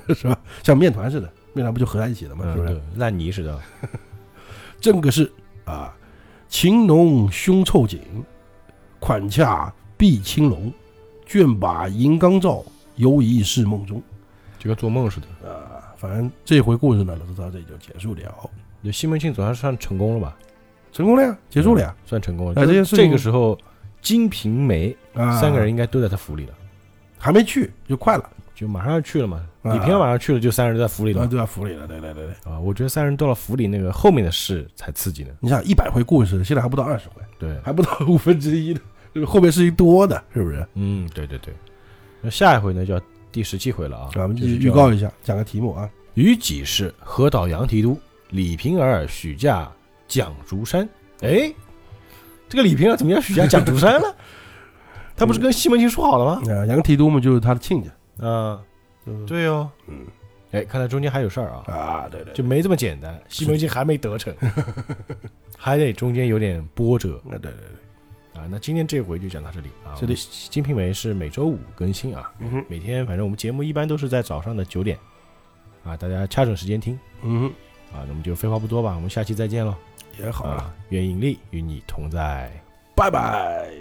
[SPEAKER 2] *laughs* 是吧？像面团似的，面团不就合在一起了嘛，
[SPEAKER 1] 嗯，
[SPEAKER 2] 是不是？”
[SPEAKER 1] 对，烂泥似的，
[SPEAKER 2] 正个是啊，情浓胸臭紧，款洽碧青龙，卷把银缸照，犹疑是梦中。
[SPEAKER 1] 就跟做梦似的。
[SPEAKER 2] 啊，反正这回故事呢，就到这里就结束了，
[SPEAKER 1] 就西门庆总算算成功了吧？
[SPEAKER 2] 成功了呀，结束了呀。
[SPEAKER 1] 算成功了。
[SPEAKER 2] 哎
[SPEAKER 1] 就
[SPEAKER 2] 这
[SPEAKER 1] 是
[SPEAKER 2] 件事情
[SPEAKER 1] 这个时候，金瓶梅，
[SPEAKER 2] 啊，
[SPEAKER 1] 三个人应该都在他府里了，
[SPEAKER 2] 还没去，就快了，
[SPEAKER 1] 就马上要去了嘛。
[SPEAKER 2] 啊
[SPEAKER 1] 李平遥马上去了，就三人都在府里了
[SPEAKER 2] 啊，
[SPEAKER 1] 嘛
[SPEAKER 2] 都在府里了，对对对对。
[SPEAKER 1] 啊。我觉得三人到了府里，那个后面的事才刺激呢。
[SPEAKER 2] 你想一百回故事，现在还不到二十回，
[SPEAKER 1] 对，
[SPEAKER 2] 还不到五分之一呢， *laughs* 就是后面事情多的，是不啊是？
[SPEAKER 1] 嗯，对对对。那下一回呢，就要第十七回了啊。
[SPEAKER 2] 啊，我们
[SPEAKER 1] 就是
[SPEAKER 2] 预
[SPEAKER 1] 叫
[SPEAKER 2] 告一下，讲个题目啊，
[SPEAKER 1] 于己是何岛杨提督，李瓶儿、许驾、蒋竹山。哎，这个李瓶儿怎么叫许驾、蒋竹山
[SPEAKER 2] *laughs*
[SPEAKER 1] 了？他不是跟西门庆说好了吗？
[SPEAKER 2] 啊，杨提督嘛就是他的亲家，
[SPEAKER 1] 啊，
[SPEAKER 2] 就是
[SPEAKER 1] 对哦，
[SPEAKER 2] 嗯，
[SPEAKER 1] 哎，看来中间还有事儿啊，
[SPEAKER 2] 啊，对对，
[SPEAKER 1] 就没这么简单。西门庆还没
[SPEAKER 2] *laughs*
[SPEAKER 1] 得逞，还得中间有点波折
[SPEAKER 2] 啊对对对，
[SPEAKER 1] 啊。那今天这回就讲到这里啊。
[SPEAKER 2] 这里
[SPEAKER 1] 《金瓶梅》是每周五更新啊，
[SPEAKER 2] 嗯哼，
[SPEAKER 1] 每天反正我们节目一般都是在早上的九点啊，大家掐准时间听
[SPEAKER 2] 嗯哼，
[SPEAKER 1] 啊。那么就废话不多吧，我们下期再见喽。
[SPEAKER 2] 也好了，
[SPEAKER 1] 啊，愿引力与你同在。
[SPEAKER 2] 啊拜拜。